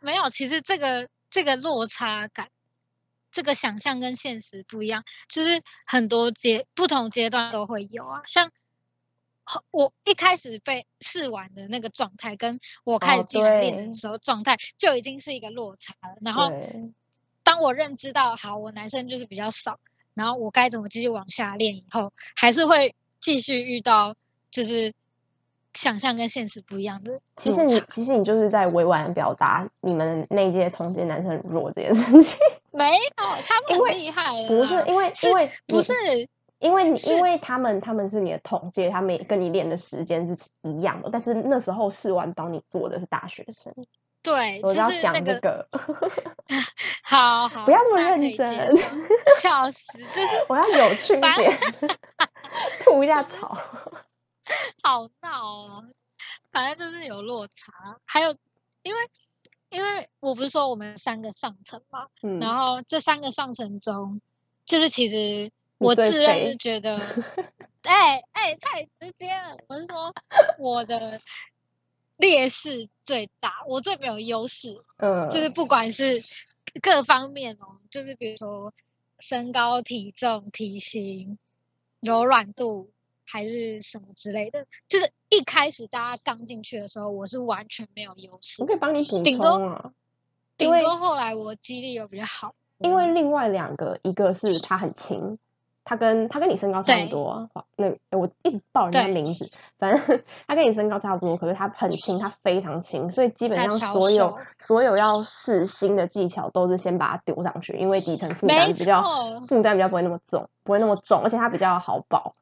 没有，其实这个这个落差感，这个想象跟现实不一样，就是很多阶不同阶段都会有啊。像后我一开始被试玩的那个状态，跟我开始
哦
进来练
对
的时候状态，就已经是一个落差了。然后
对
当我认知到，好，我男生就是比较少，然后我该怎么继续往下练，以后还是会继续遇到，就是想象跟现实不一样的
嗯其实
落
你
差。
其实你就是在委婉地表达你们那一届同届男生很弱这件事 情，
没有，他们
因
很
为
厉害了啦，
不是因为因为
不
你
是
因为你
是
因为他们他们是你的同届，他们也跟你练的时间是一样的，但是那时候试完帮你做的是大学生，
对，
我
就
就要
是嗯那
讲
个
这个，
好好，
不要这么
大家可
认
以接
真
受笑死，就是
我要有趣一
反
点， 吐一下槽。
好闹哦，反正就是有落差。还有，因为因为我不是说我们有三个上层嘛，
嗯，
然后这三个上层中，就是其实
你
我
最
自认
肥
是觉 得，哎哎，太直接了。我是说我的劣势最大，我最没有优势，
嗯，
就是不管是各方面哦，就是比如说身高、体重、体型、
嗯
柔软度还是什么之类的，就是一开始大家刚进去的时候，我是完全没有优势
我，可以帮你补
顶多
充啊，
顶
为
多后来我肌力有比较好。
因
嗯
为另外两个，一个是他很轻，他跟他跟你身高差不
对
多啊，那个我一直报人家
对
名字，反正他跟你身高差不多，可是他很轻，他非常轻，所以基本
他
上
超
所有
瘦
所有要试新的技巧都是先把它丢上去，因为底层负担
没
比较
错，
负担比较不会那么重，不会那么重，而且它比较好保。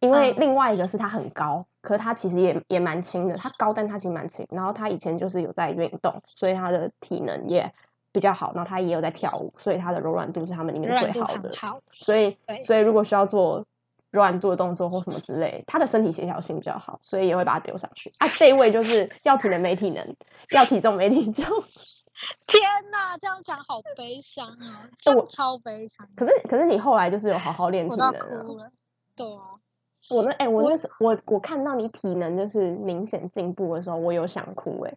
因为
嗯
另外一个是他很高，可是他其实也也蛮轻的，他高但他其实蛮轻。然后他以前就是有在运动，所以他的体能也比较好。然后他也有在跳舞，所以他的柔软度是他们里
柔
面
软
最
度
好的
很。好。
所以
对
所以如果需要做柔软度的动作或什么之类，他的身体协调性比较好，所以也会把它丢上去。啊，这一位就是要体能没体能，要体重没体重。
天呐，这样讲好悲伤 啊！这
我
样超悲伤的，
可是可是你后来就是有好好练体
我
能、
都要
啊，
哭了。对啊，
我那哎、我
我
那时我我看到你体能就是明显进步的时候，我有想哭哎、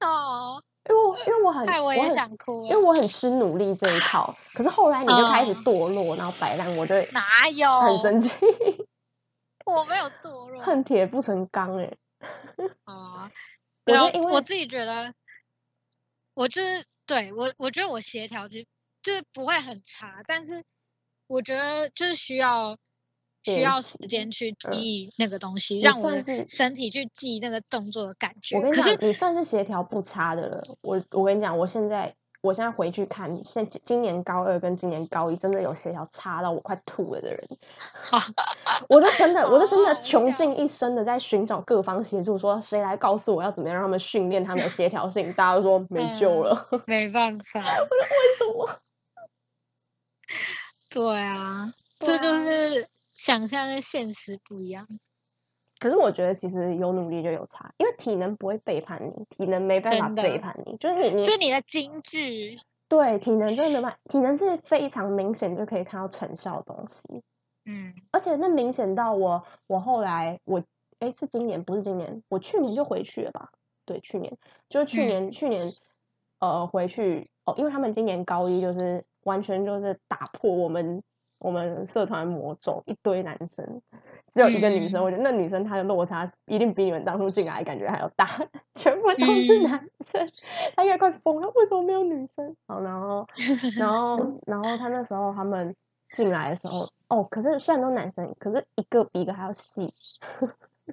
哦，
因为我因为我很
哎，我也
很，
想哭
因
了。
为我很吃努力这 一套，可是后来你就开始
嗯
堕落，然后摆烂，我就
哪有？
很生气，
我没有堕落
恨铁不成钢哎、
啊。没
我
有
觉得因，为
我自己觉得，我就是对我，我觉得我协调其实就是不会很差，但是我觉得就是需要需
练
要时
习
间去
嗯
记忆那个东西，
也
让我
算
的
是
身体去记那个动作的感觉。
我跟你
可
讲
是，
你算是协调不差的了。我我跟你讲，我现在我现在回去看，现今年高二跟今年高一真的有协调差到我快吐了的人，我是真 的，我是真的
啊好好
穷
笑
尽一生的在寻找各方协助，说谁来告诉我要怎么样让他们训练他们的协调性。大家都说没
嗯
救了，
没办法， 对啊，这
对
就
啊
是想象跟现实不一样。
可是我觉得其实有努力就有差，因为体能不会背叛你，体能没办法
真的
背叛你，就是你你
这是你的金句，
对体能真的没办法，体能是非常明显就可以看到成效的东西。
嗯，
而且那明显到我，我后来我哎是今年不是今年，我去年就回去了吧？对，去年就是去
嗯
年、去年呃回去哦，因为他们今年高一就是完全就是打破我们我们社团魔咒，一堆男生只有一个女生，
嗯
我觉得那女生她的落差一定比你们当初进来感觉还要大， 全部都是
嗯
男生，她应该快疯了，为什么没有女生？好，然后然后，然后他那时候他们进来的时候，哦，可是虽然都男生，可是一个比一个还要细，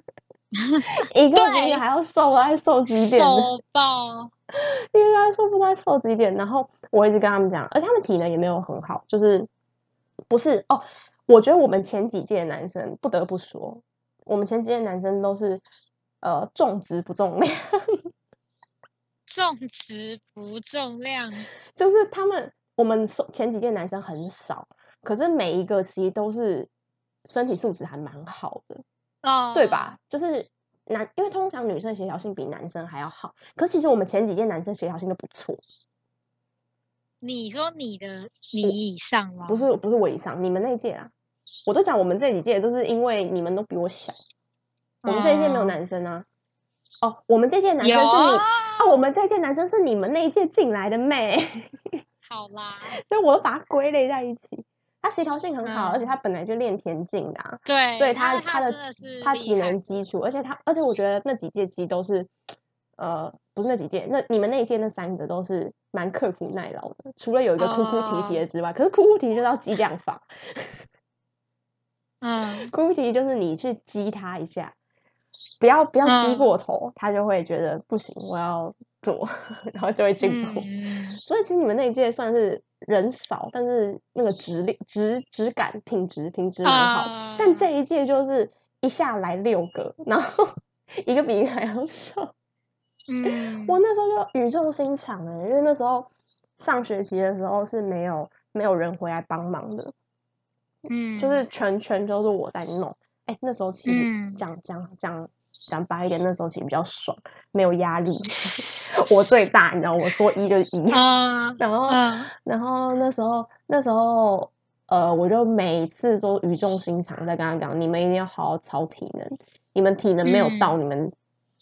一个比一
对
个还要瘦，我还瘦几点 的，
手爆，
因为他说不知道瘦几点。然后我一直跟他们讲，而且他们体能也没有很好，就是不是哦？我觉得我们前几届的男生不得不说，我们前几届的男生都是呃重质不重量。
重质不重量，
就是他们我们说前几届男生很少，可是每一个其实都是身体素质还蛮好的，
哦，
对？吧？就是男，因为通常女生协调性比男生还要好，可是其实我们前几届男生协调性都不错，
你说你的你以上吗？
不，是不是我以上，你们那一届啊，我都讲我们这几届都是因为你们都比我小，我们这一届没有
哦
男生啊。哦，我们这届男生
有
是你
啊，
啊，我们这一届男生是你们那一届进来的妹。
好啦，
所以我都把它归类在一起。他协调性很好，而
嗯
且他本来就练田径的、啊，
对，
所以
他
他他的
真的是
他
厉
体
害
能基础，而且他而且我觉得那几届其实都是，呃，不是那几届，那你们那一届那三个都是蛮刻苦耐劳的，除了有一个哭哭啼
哦
啼的之外，可是哭哭啼啼就是要激将法，
嗯，
哭哭啼啼就是你去激他一下，不要不要激
嗯
过头，他就会觉得不行，我要做，然后就会进步。
嗯
所以其实你们那一届算是人少，但是那个质量、质质感、品质、品质蛮好的。
啊，
但这一届就是一下来六个，然后 一个比一个还要瘦。
嗯，
我那时候就语重心长哎、因为那时候上学期的时候是没有没有人回来帮忙的，
嗯
就是全全都是我在弄。哎、那时候其实
嗯
讲讲讲讲白一点，那时候其实比较爽，没有压力。我最大，你知道，我说一就是
嗯
一。
啊
然后
啊
然后那时候，那时候，呃，我就每次都语重心长在跟他讲，你们一定要好好操体能，你们体能没
嗯
有到，你们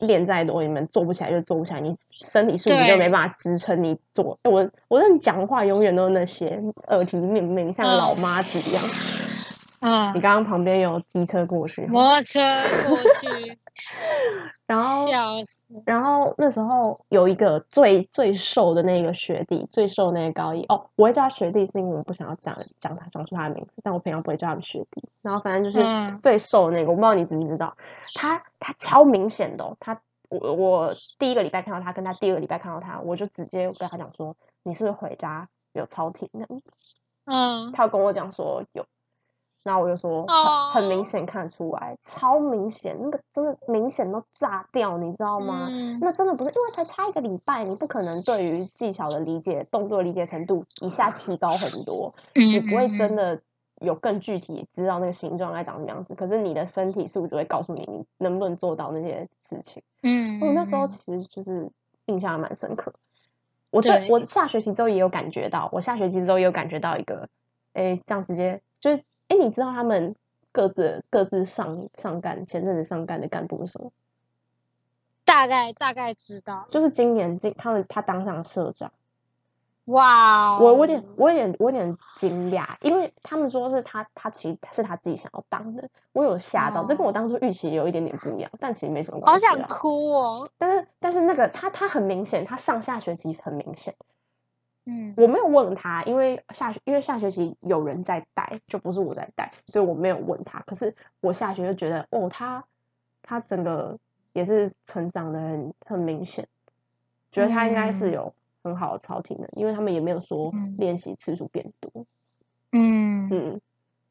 练再多，你们做不起来就做不起来，你身体素质就没
对
办法支撑你做。我我跟你讲话永远都是那些耳提面命，像
嗯
老妈子一样。
啊
你！刚刚旁边有机车过去，
摩托车过去，
然后
笑死，
然后那时候有一个最最瘦的那个学弟，最瘦那个高一哦，我会叫他学弟，是因为我不想要讲讲他讲出他的名字，但我平常不会叫他们学弟。然后反正就是
嗯
最瘦的那个，我不知道你知不知道，他他超明显的哦、他我我第一个礼拜看到他，跟他第二个礼拜看到他，我就直接跟他讲说，你是不是回家有超体能？
嗯，
他有跟我讲说有，然后我就说很很明
哦
显看得出来，超明显，那个真的明显都炸掉，你知道吗？
嗯
那真的不是，因为才差一个礼拜，你不可能对于技巧的理解、动作理解程度一下提高很多，
嗯
你不会真
的
的有更具体知道那个形状该长什么样子。可是你的身体素质会告诉你，你能不能做到那些事情。
嗯，
我、那时候
嗯
其实就是印象还蛮深刻。我对
对
我下学期之后也有感觉到，我下学期之后也有感觉到一个，哎，这样直接就是，哎，你知道他们各自各自上上干，前阵子上干的干部是什么？
大概大概知道，
就是今年今他们他当上社长，
哇哦，
我我有点我有点我有点惊讶，因为他们说是他他其实是他自己想要当的，我有吓到，这跟我当初预期有一点点不一样，但其实没什么关
哦好
系、啊。
想哭哦，
但是但是那个他他很明显，他上下学期很明显。
嗯，
我没有问他，因为下学因为下学期有人在带，就不是我在带，所以我没有问他。可是我下学就觉得，哦，他他整个也是成长的很很明显，觉得他应该是
嗯
有很好的超体能，因为他们也没有说
嗯
练习次数变多。
嗯
嗯，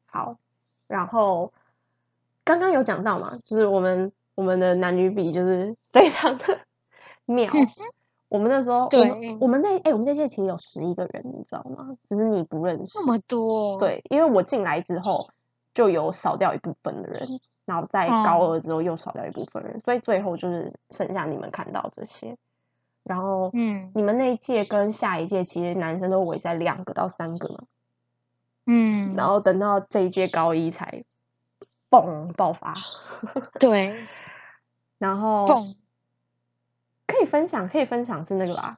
好，然后刚刚有讲到嘛，就是我们我们的男女比就是 非常的妙。我们那时候，我
嗯
们
对
我们那哎、我们那届其实有十一个人，你知道吗？只是你不认识
那。么多，，
对，因为我进来之后就有少掉一部分的人，然后在高
哦
二之后又少掉一部分人，所以最后就是剩下你们看到这些。然后
嗯
你们那一届跟下一届，其实男生都围在两个到三个嘛，
嗯，
然后等到这一届高一才嘣爆发，
对，
然后
碰，
可以分享，可以分享是那个啦，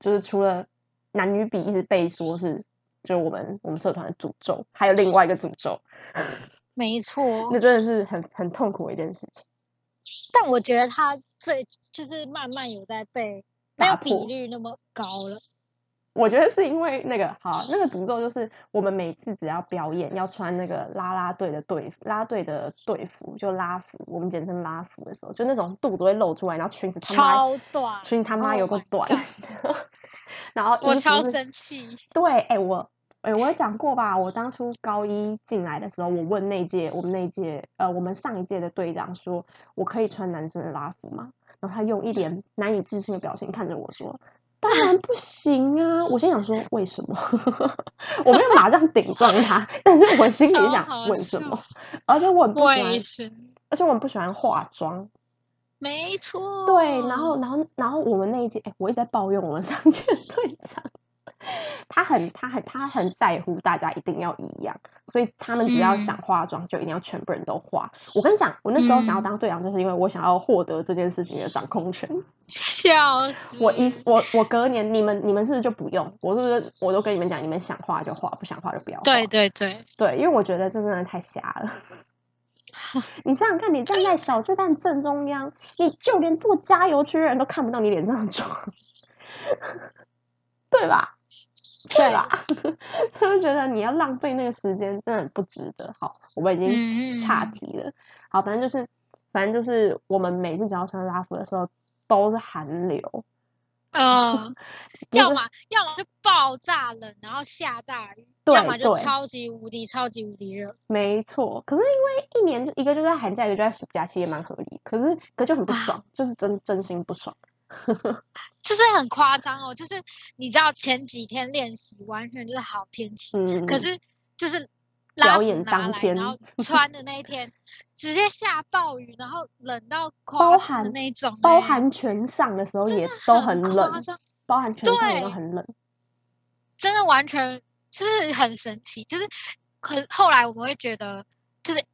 就是除了男女比一直被说是，就是我们我们社团的诅咒，还有另外一个诅咒，
没错
那，真的是很很痛苦的一件事情。
但我觉得他最就是慢慢有在被没有
打
比
破
率那么高了，
我觉得是因为那个好，那个诅咒就是我们每次只要表演要穿那个啦啦队的队啦队的队服，就拉服，我们简称拉服的时候，就那种肚子会露出来，然后裙子他妈
超短，
裙子他妈
Oh
有个
my
短
God，
然后
我
衣服
超
嗯是
生气，
对，哎、我哎、我有讲过吧？我当初高一进来的时候，我问那一届我们那一届呃我们上一届的队长说，我可以穿男生的拉服吗？然后他用一 脸难以置信的表情看着我说。当然不行啊！我心想说为什么？ 我没有马上顶撞他，但是我心里
超
想
好
为什
笑
么？而且我很不喜欢
卫生，
而且我很不喜欢化妆。
没错。
对，然后然后然后我们那一届，哎、我一直在抱怨我们商圈队长，他很他很他很在乎大家一定要一样，所以他们只要
嗯
想化妆，就一定要全部人都化。我跟你讲，我那时候想要
嗯
当队长，就是因为我想要获得这件事情的掌控权。
笑死
我一我我隔年，你们你们是不是就不用？我是不是我都跟你们讲，你们想画就画，不想画就不要画。
对对对，
对，因为我觉得这真的太瞎 了。你想想看，你站在小巨蛋正中央，你就连做加油区的人都看不到你脸上的妆， 对吧？
对
吧？ 所以我觉得你要浪费那个时间，真的很不值得。好，我们已
嗯，
经岔题了。好，反正就是，反正就是，我们每次只要穿拉夫的时候都是寒流，
呃，
不
要
是
么要么就爆炸冷，然后下大雨，
对
要么就
对
超级无敌超级无敌热，
没错，可是因为一年就一个就在寒假，一个就在暑假，其实也蛮合理。可是可就很不
啊
爽，就是真真心不爽。
就是很夸张哦。就是你知道前几天练习完全就是好天气，
嗯，
可是就是拉
表
夫
演
拿
当
来
天
然后穿的那一天直接下暴雨，然后冷到
包
夸张的
含
那一种欸，
嗯包含全上的时候
真
也
的
都
很
冷
夸，张
包含全上也都
对
很冷。
真的完全就是很神奇，就是很后来我们会觉得，就是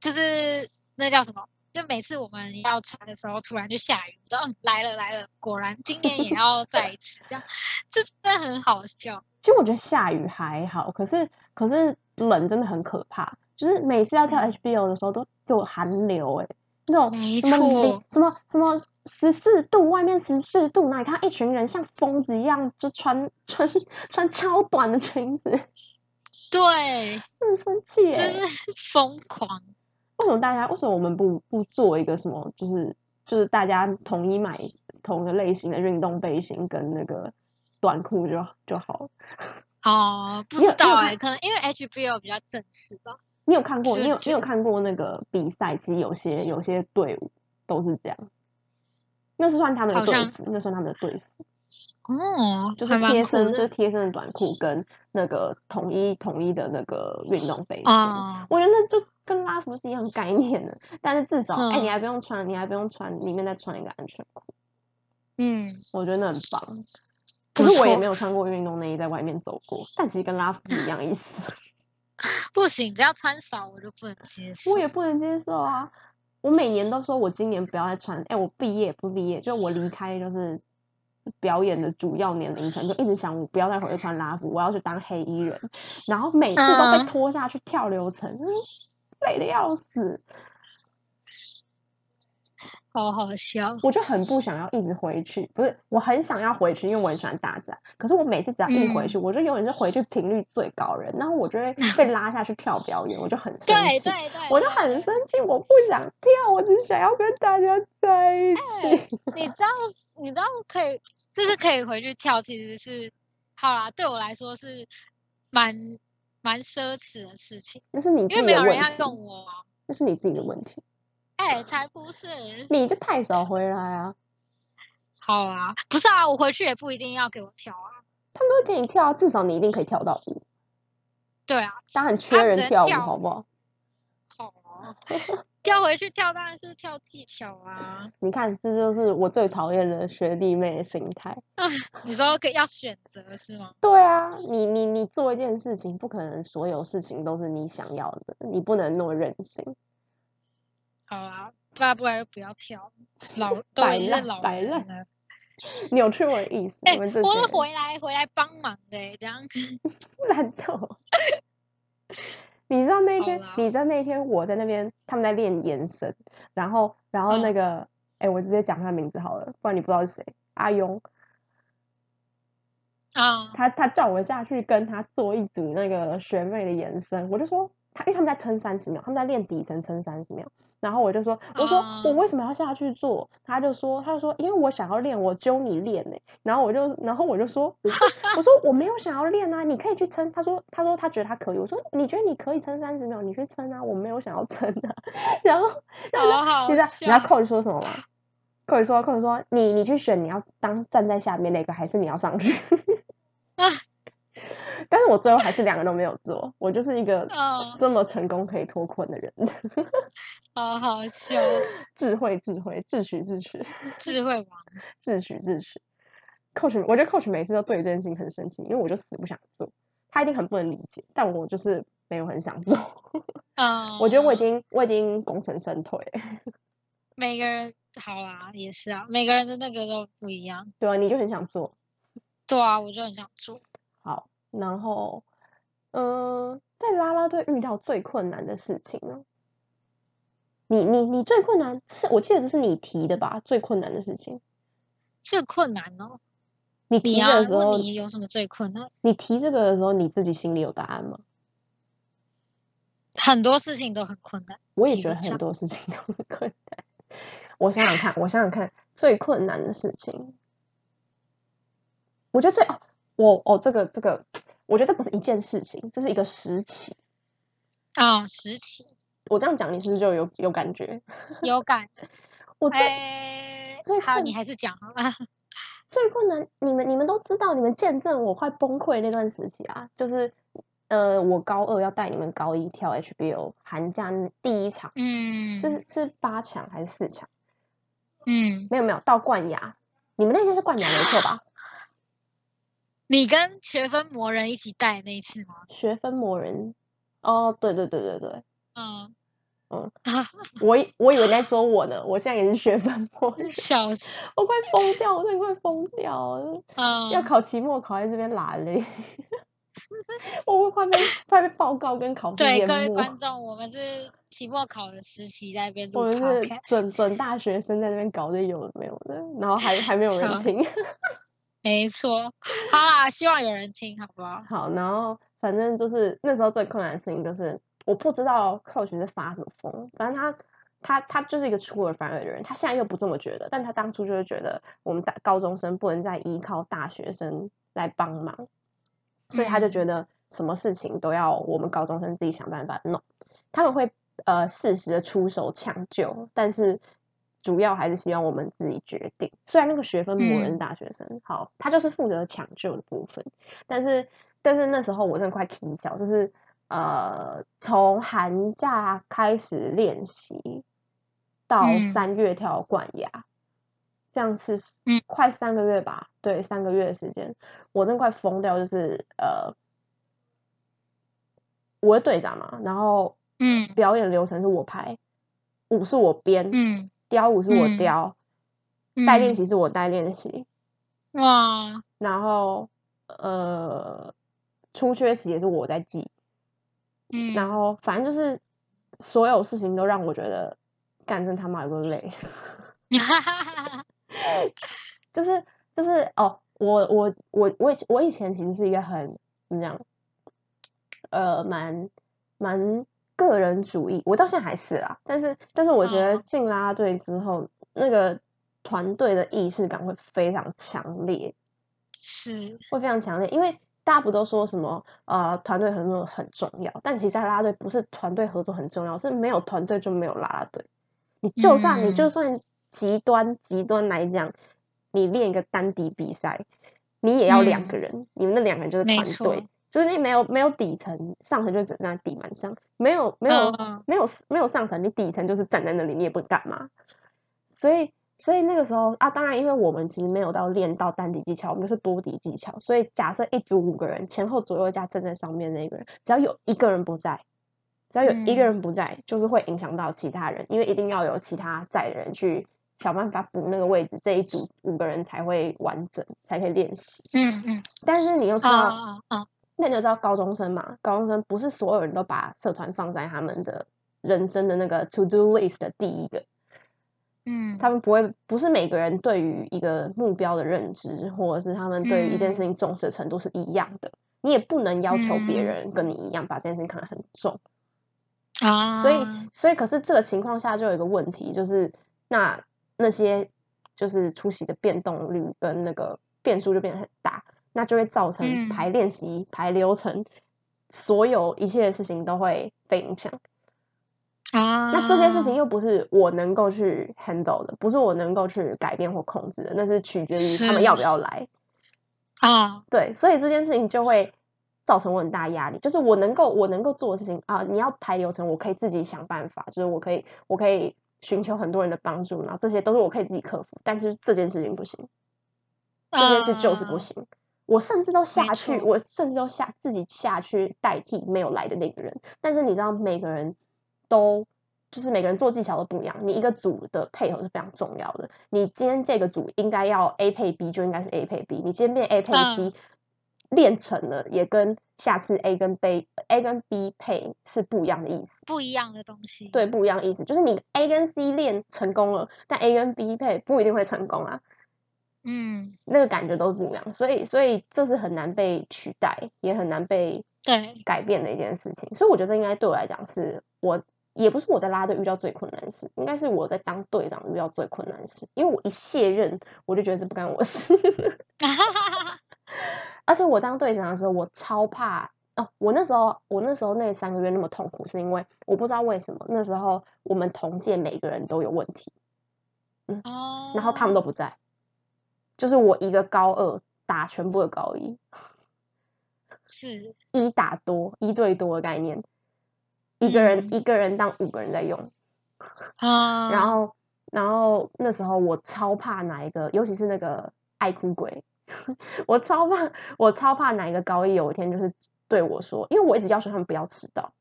就是那叫什么？就每次我们要穿的时候，突然就下雨，然后嗯来了来了，果然今年也要再一次这样，这真的很好笑。
其实我觉得下雨还好，可是可是冷真的很可怕，就是每次要跳
嗯
HBO 的时候都给我寒流哎、那种
没
什么零
错
什么什么十四度，外面十四度，哪里看到一群人像疯子一样就穿穿穿超短的裙子，
对，
很生气哎、
真是疯狂。
为什么大家为什么我们不不做一个什么，就是就是大家统一买同一个类型的运动背心跟那个短裤就就好了？
哦，不
你有
知
你有
道
看
哎、可能因为 HBO 比较正式吧。
你有看过？
是
你有你
这
有看过那个比赛？其实有些有些队伍都是这样，那是算他们的
好
队
像
服，那算他们的队服，
哦，
就是
还蛮
贴
酷
身，就
的
是贴身的短裤跟那个统一统一的那个运动背心。
哦，
我觉得那就跟拉夫是一样概念的，但是至少哎、
嗯
你还不用穿，你还不用穿里面再穿一个安全裤，
嗯，
我觉得那很棒。
不
可是我也
错
没有穿过运动内衣在外面走过，但其实跟 拉夫一样意思，
不行，只要穿少我就不能接受
我。也不能接受啊。我每年都说我今年不要再穿，哎、我毕业不毕业，就我离开就是表演的主要年龄层，就一直想我不要再回去穿拉夫，我要去当黑衣人，然后每次都被
嗯
拖下去跳流程，嗯累的要死。
好好笑。
我就很不想要一直回去，不是，我很想要回去，因为我很喜欢大家。可是我每次只要一
嗯
回去，我就永远是回去频率最高的人，然后我 就会被拉下去跳表演，我就很生
对
气，
对对，
我就
对
很
对
生气，我不想跳，我只想要跟大家在一
哎
起。
你知道，你知道可以，就是可以回去跳，其实是好啦，对我来说是蛮蛮奢侈的事情，
那是你自
因为
己
没
的
有
问
人要用
题，
我啊。
那是你自己的问题，
哎、才不是，
你就太少回来啊。
好啊，不是啊，我回去也不一定要给我跳啊。
他们会给你跳，啊至少你一定可以跳到舞，
对啊，
当然缺人
只能
跳舞，
跳
好不好？
好 啊跳回去跳当然是跳技巧啊。
你看，这就是我最讨厌的学弟妹的心态。
你说可以要选择是吗？
对啊，你你你做一件事情，不可能所有事情都是你想要的，你不能那么任性，
好啊，不然不然就不要跳，老都
摆
已经是
烂
老
摆
人
烂
了。
扭曲我的意思。
哎、
你们这
我
些
是
人
回来回来帮忙的、欸，这样。
烂透。你知道那一
好
天
啦，
你知道那一天我在那边，他们在练延伸，然后然后那
嗯
个，哎、我直接讲他名字好了，不然你不知道是谁。阿庸，
啊、
他他叫我下去跟他做一组那个学妹的延伸，我就说他，因为他们在撑三十秒，他们在练底层撑三十秒，然后我就说，我说
啊
我为什么要下去做？他就说，他就说，因为我想要练，我揪你练呢、然后我就，然后我就说，我说我说我没有想要练啊，你可以去撑。他说，他说他觉得他可以。我说你觉得你可以撑三十秒，你去撑啊，我没有想要撑啊。 然后，然后
好好
你知道你知道
笑
coach 说 什么吗？coach 说，coach 说，你 你去选你要当站在下面那个，还是你要上去？
啊
但是我最后还是两个都没有做，我就是一个
哦
这么成功可以脱困的人，
好好笑，
智慧智慧，自诩自诩。
智慧王，
自诩自诩。coach，我觉得 coach 每次都对这件事情很生气，因为我就死不想做，他一定很不能理解，但我就是没有很想做。
嗯，
我觉得我已经我已经功成身退了，
每个人好啦，也是啊，每个人的那个都不一样。
对啊，你就很想做，
对啊，我就很想做，
好，然后，嗯、在啦啦队遇到最困难的事情呢？你你你最困难是我记得这是你提的吧？最困难的事情，
最困难哦。
你
你
提
要
的时
问
候，
你有什么最困难？
你提这个的时候，你自己心里有答案吗？
很多事情都很困难，
我也
基
觉得
本
很
上
多事情都很困难。我想想看，我想想看，最困难的事情，我觉得最哦，我哦，这个这个，我觉得这不是一件事情，这是一个时期。
啊、时期
我这样讲，你是不是就有有感觉？
有感，
我 最、
哎
最，
好，
困
你还是讲好了。
最困难，你们你们都知道，你们见证我快崩溃那段时期啊，就是呃，我高二要带你们高一跳 HBO 寒假第一场，
嗯
是是八强还是四强？
嗯，
没有没有，到冠亚，你们那天是冠亚没错吧？
你跟学分魔人一起带那一次吗？
学分魔人。哦，对对对对对，
嗯，
我以我以为你在说我呢，我现在也是学分魔人，
笑死，
我快疯掉，我真的快疯掉了，
嗯，
要考期末考在这边拉嘞， 我会快被快被报告跟考试
对
淹
各位
没
观，众，我们是期末考的时期在那边
啊我
录
们是
podcast，
准准大学生在这边搞这有的没有的，然后还还没有
笑
人听，
没错。好啦，希望有人听，好不好？
好，然后反正就是那时候最困难的事情就是我不知道 coach 是发什么疯，反正他他他就是一个出尔反尔的人，他现在又不这么觉得，但他当初就是觉得我们大高中生不能再依靠大学生来帮忙，所以他就
嗯
觉得什么事情都要我们高中生自己想办法弄，他们会呃适时的出手抢救，但是主要还是希望我们自己决定。虽然那个学分
嗯
魔人是大学生，好，他就是负责抢救的部分，但是但是那时候我真的快停脚，就是呃从寒假开始练习到
嗯
三月跳冠牙。这样是
嗯
快三个月吧，对，三个月的时间，我真的快疯掉，就是呃，我是队长嘛，然后
嗯
表演流程是我排，舞是我编，
嗯，
雕舞是我
嗯
雕，带练
嗯
习是我带练习，
哇，
然后呃，出缺席也是我在记，
嗯，
然后反正就是所有事情都让我觉得干真他妈有个累。
哈哈哈哈，
就是就是哦，我我我我以前我以前其实是一个很怎么讲，呃，蛮蛮个人主义，我到现在还是啦。但是但是我觉得
哦
进啦啦队之后，那个团队的意识感会非常强烈，
是，
会非常强烈，因为。大家不都说什么呃团队合作很重要，但其实在啦啦队不是团队合作很重要，是没有团队就没有啦啦队。你就算、你就
嗯
算极端极端来讲，你练一个单敌比赛，你也要两个人，你们那两个人就是
嗯没
团
错
队，就是你没有没有底层，上层就只站在地板上，没有没有、
嗯
没有没有上层，你底层就是站在那里，你也不能干嘛。所以所以那个时候啊，当然因为我们其实没有到练到单敌技巧，我们就是多敌技巧，所以假设一组五个人，前后左右加站在上面那个人，只要有一个人不在。只要有一个
嗯
人不在，就是会影响到其他人，因为一定要有其他在的人去想办法补那个位置，这一组五个人才会完整，才可以练习。
嗯嗯，
但是你又知
啊
道，
啊啊啊，
那你就知道高中生嘛，高中生不是所有人都把社团放在他们的人生的那个 to do list 的第一个，
嗯，
他们不会，不是每个人对于一个目标的认知，或者是他们对于一件事情重视的程度是一样的。你也不能要求别
嗯
人跟你一样把这件事情看得很重。
啊，
所以，所以可是这个情况下就有一个问题，就是那那些就是出席的变动率跟那个变数就变得很大，那就会造成
嗯
排练习、排流程，所有一切的事情都会被影响。
啊，
那这件事情又不是我能够去 handle 的，不是我能够去改变或控制的，那是取决于他们
是
要不要来。
啊，
对，所以这件事情就会造成我很大压力。就是我能够我能够做的事情啊、你要排流程，我可以自己想办法，就是我可以我可以寻求很多人的帮助，然后这些都是我可以自己克服，但是这件事情不行，这件事就是不
嗯
行。我甚至都下
没
去，
错
我甚至都下自己下去代替没有来的那个人。但是你知道，每个人都就是每个人做技巧都不一样，你一个组的配合是非常重要的。你今天这个组应该要 A 配 B，就应该是 A 配 B。你今天变 A 配
嗯
C，、练成了也跟下次 A 跟 B A 跟 B 配是不一样的意思。
不一样的东西。，
对，不一样的意思，就是你 A 跟 C 练成功了，但 A 跟 B 配不一定会成功啊。
嗯，
那个感觉都不一样，所以所以这是很难被取代，也很难被
对，
改变的一件事情。所以我觉得这应该对我来讲是我也不是我在拉队遇到最困难的事，应该是我在当队长遇到最困难的事，因为我一卸任我就觉得这不干我的事， 而且我当队长的时候我超怕。哦，我那时候，我那时候那三个月那么痛苦，是因为我不知道为什么那时候我们同届每个人都有问题，
哦，
然后他们都不在，就是我一个高二打全部的高一，
是
一打多一对多的概念，一个人、一个人当五个人在用，
啊，
然后然后那时候我超怕哪一个，尤其是那个爱哭鬼， 我超怕我超怕哪一个高一有一天就是对我说，因为我一直要求他们不要迟到。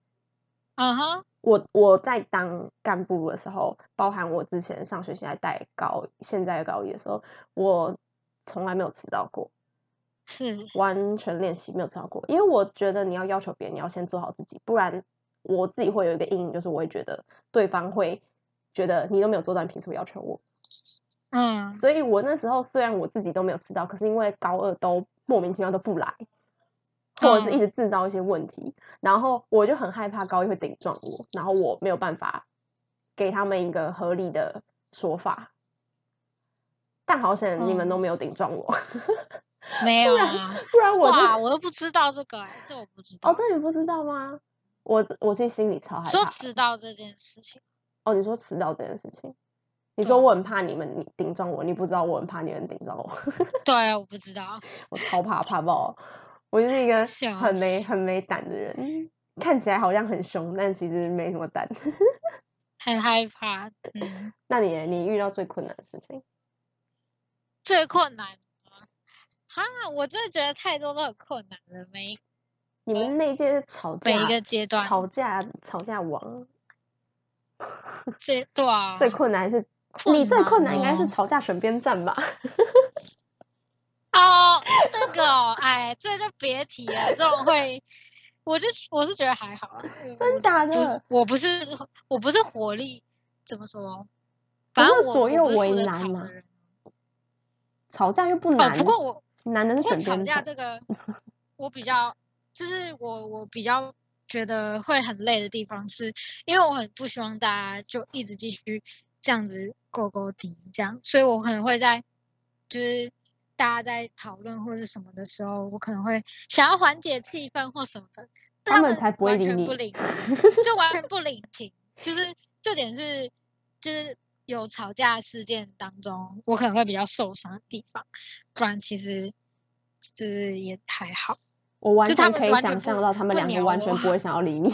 啊哈，
我我在当干部的时候，包含我之前上学期在带高现在的高一的时候，我从来没有迟到过。
是
完全练习没有超过，因为我觉得你要要求别人，你要先做好自己，不然我自己会有一个阴影，就是我会觉得对方会觉得你都没有做到，你凭什么要求我？
嗯，
所以我那时候虽然我自己都没有吃到，可是因为高二都莫名其妙都不来，或者是一直制造一些问题，然后我就很害怕高一会顶撞我，然后我没有办法给他们一个合理的说法。但好险你们都没有顶撞我，
没有啊，
不然我就
哇，我都不知道这个、欸，这我不知道。
哦，这你不知道吗？我我自己心里超害
说
怕。
迟到这件事情，
哦，你说迟到这件事情，你
对
说
啊
我很怕你们你顶撞我，你不知道我很怕你们顶撞我，
对，我不知道。
我超怕怕爆。我就是一个
笑
很没
死
很没胆的人，看起来好像很凶，但其实没什么胆。
很害怕。嗯，
那你呢你遇到最困难的事情，
最困难吗哈，我真的觉得太多都很困难了，每一
你们那一届是吵架
每一个阶段，
吵架吵架王，
这对啊，
最困难是
困
你最困难应该是
哦
吵架选边站吧？
哦，那个哦，哎，这就别提了，这种会，我就我是觉得还好啊，
真
我
假
不是
的？
我不是我不是火力怎么说，
不
反正
是
我
左右
我不是
为
负责
难
吵
嘛
的人
吵架又不
哦
难，，
不过我
难的
不
是
过
选
吵
边
架
站。
这 个我比较就是我我比较觉得会很累的地方是，因为我很不希望大家就一直继续这样子勾勾底这样，所以我可能会在就是大家在讨论或者什么的时候，我可能会想要缓解气氛或什么的，但
他们才不会
完
理
全
你
不领，就完全不领情，就是这点是就是有吵架事件当中，我可能会比较受伤的地方，不然其实就是也还好。
我完
就他
全
们
可以
完全
想
不
象到他们
不
两个
鸟
完
我
全不会想要理 你。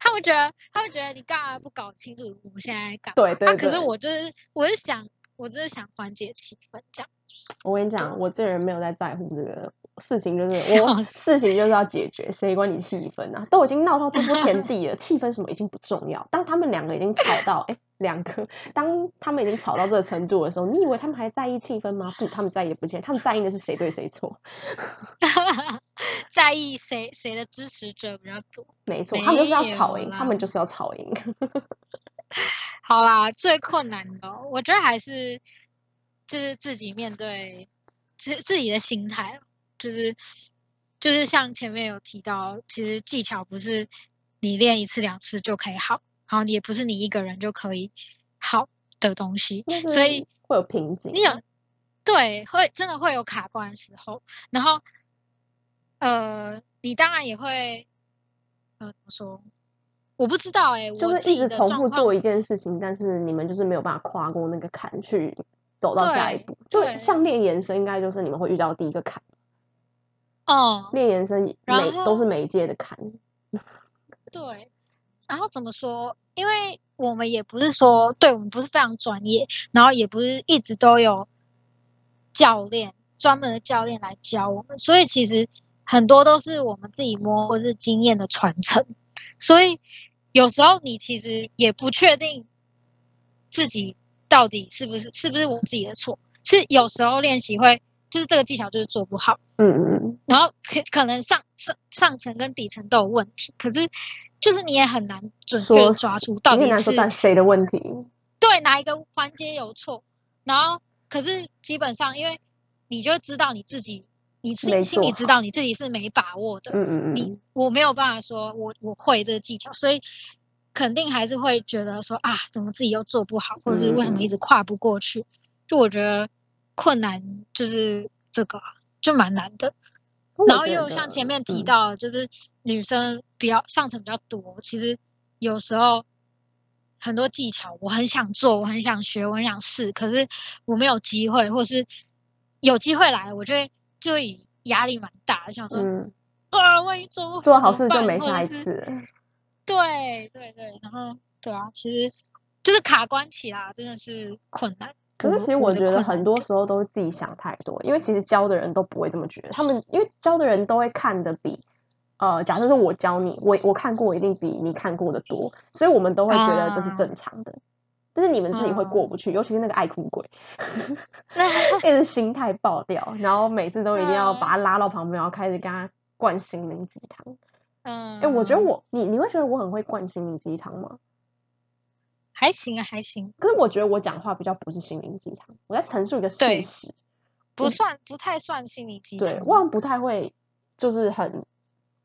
他们觉得，他们觉得你干嘛不搞清楚我们现在在干嘛？
对对
啊，可
对
是我就是，我是想，我就是想缓解气氛，这样。
我跟你讲，我这人没有在在乎这个事 情，就是我
笑死
事情就是要解决，谁管你气氛啊？都已经闹到这步田 地了，气氛什么已经不重要。当他们两个已经吵到，哎，两个，当他们已经吵到这个程度的时候，你以为他们还在意气氛吗？不，他们在意的不见，他们在意的是谁对谁错。
在意谁谁的支持者比较多。
没错，他们就是要
没
吵
有
赢，
啦
他们就是要吵赢。
好啦，最困难的哦，我觉得还是就是自己面对自自己的心态，就是就是像前面有提到，其实技巧不是你练一次两次就可以好，然后也不是你一个人就可以好的东西，
但
所
是
以
会有瓶颈。
你有对会真的会有卡关的时候，然后呃，你当然也会呃怎么说？我不知道哎、欸，
就
我
是
自
一
己
直
的
重
状
复
况
做一件事情，但是你们就是没有办法跨过那个坎去走到下一
对
步。就
对
像练延伸，应该就是你们会遇到第一个坎。
哦，
练延伸
然
每都
后
是每一届的坎，
对，然后怎么说？因为我们也不是说，对我们不是非常专业，然后也不是一直都有教练专门的教练来教我们，所以其实很多都是我们自己摸或是经验的传承，所以有时候你其实也不确定自己到底是不是是不是我自己的错，是有时候练习会就是这个技巧就是做不好。
嗯嗯
然后可可能上上上层跟底层都有问题，可是就是你也很难准确
说
地抓出到
嗯，你很
底
难
是
说到底谁的问题，
对哪一个环节有错。然后可是基本上，因为你就知道你自己，你
没
心心里
做
知道你自己是没把握的，
嗯嗯嗯
你我没有办法说我我会这个技巧，所以肯定还是会觉得说啊，怎么自己又做不好，或者是为
嗯
什么一直跨不过去？就我觉得困难就是这个啊，就蛮难的。
嗯我
然后
觉
又像前
得
面提
嗯
到的，就是女生比较上层比较多，其实有时候很多技巧我很想做，我很想学，我很想试，可是我没有机会，或是有机会来，我就会就会以压力蛮大的，想说
嗯，
啊，万一做不
做
怎
好
么
事就
办
没
或者
下一
是
次了，
对对对，然后对啊，其实就是卡关期啦，真的是困难。
可是其实
我
我
的
觉得
困
很
难
多
点
时候都是自己想太多，因为其实教的人都不会这么觉得，他们因为教的人都会看的比，呃，假设是我教你，我我看过一定比你看过的多，所以我们都会觉得这是
啊嗯
正常的，但是你们自己会过不去，尤其是那个爱哭鬼，哎一直心态爆掉，然后每次都一定要把他拉到旁边，然后开始跟他灌心灵鸡汤。
嗯，
哎、我觉得我你你会觉得我很会灌心灵鸡汤吗？
还行啊，还行，
可是我觉得我讲话比较不是心灵鸡汤，我在陈述一个事
对
实。
不算不太算心理鸡汤
嗯对，我好像不太会，就是很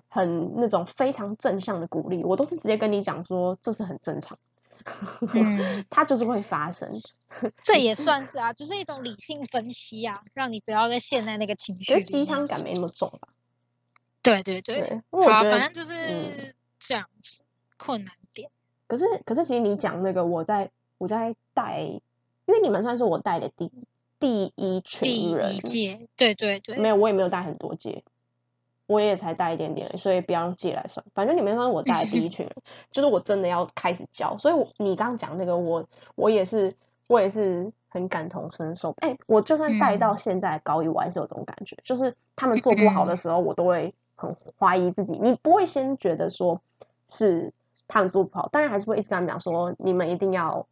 很那种非常正向的鼓励，我都是直接跟你讲说这是很正常，
嗯，
它就是会发生。
这也算 是啊，就是一种理性分析啊，让你不要再陷在那个情绪
觉得
里
鸡
面。
汤感没那么重吧？
对对对，
对，因为我
好啊、
觉
反
得
正，就是
嗯
这样子，困难点。
可是可是其实你讲那个，我在我在带，因为你们算是我带的第第一
第
群人
一，届，对对对，啊
没有，我也没有带很多届，我也才带一点点而已，所以不要用届来算。反正你们算是我带的第一群人， 就是我真的要开始教。所以我你刚刚讲那个，我我也是，我也是很感同身受。哎、我就算
嗯
带到现在高一，我还是有这种感觉，就是他们做不好
嗯
的时候，我都会很怀疑自己。你不会先觉得说是他们做不好，当然还是会一直跟他们讲说，你们一定要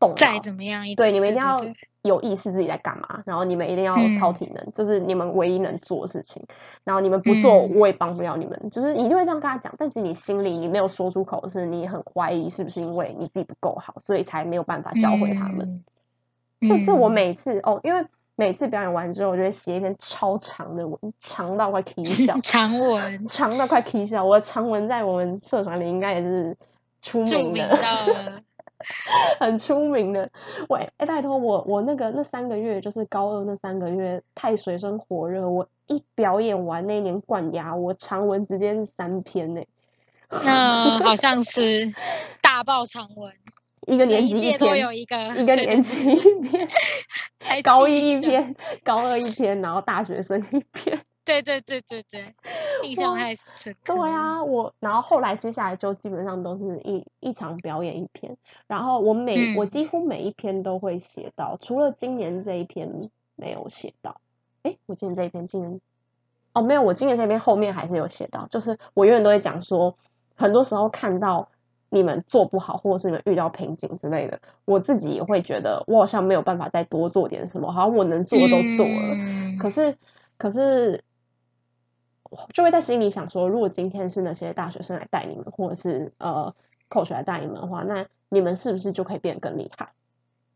动
再
脑
怎么样一
对，
点
你们一定要
对对
有意识自己在干嘛，然后你们一定要超
嗯
体能，这、是你们唯一能做的事情。然后你们不做，
嗯
我也帮不了你们。就是你一定会这样跟他讲，但其实你心里你没有说出口的是，你很怀疑是不是因为你自己不够好，所以才没有办法教会他们。。
嗯
这是我
嗯
每次哦，因为每次表演完之后，我就会写一篇超长的文，长到快 啼笑，
长文
长到快啼笑。我的长文在我们社团里应该也是出
著
名
名
的。
的
很出名的。喂，哎、拜托我，我那个那三个月就是高二那三个月太水深火热，我一表演完那一年冠牙，我长文直接是三篇呢、
那好像 是大爆长文，
一个
每
年
一
级
届
一
都
篇
有一个，
一
对
个
对
年
对
级一篇，
还
高
记
一一
得，
篇，高二一篇，然后大学生一篇。
对对对对对，印象
哇
太深刻。
对啊，我然后后来接下来就基本上都是一一场表演一篇，然后我每、我
嗯
几乎每一篇都会写到，除了今年这一篇没有写到。诶，我今年这一篇今年哦没有，我今年这篇后面还是有写到，就是我永远都会讲说，很多时候看到你们做不好，或者是你们遇到瓶颈之类的，我自己也会觉得我好像没有办法再多做点什么，好像我能做的都做了，
嗯
可是，可是我就会在心里想说，如果今天是那些大学生来带你们，或者是呃 coach 来带你们的话，那你们是不是就可以变得更厉害？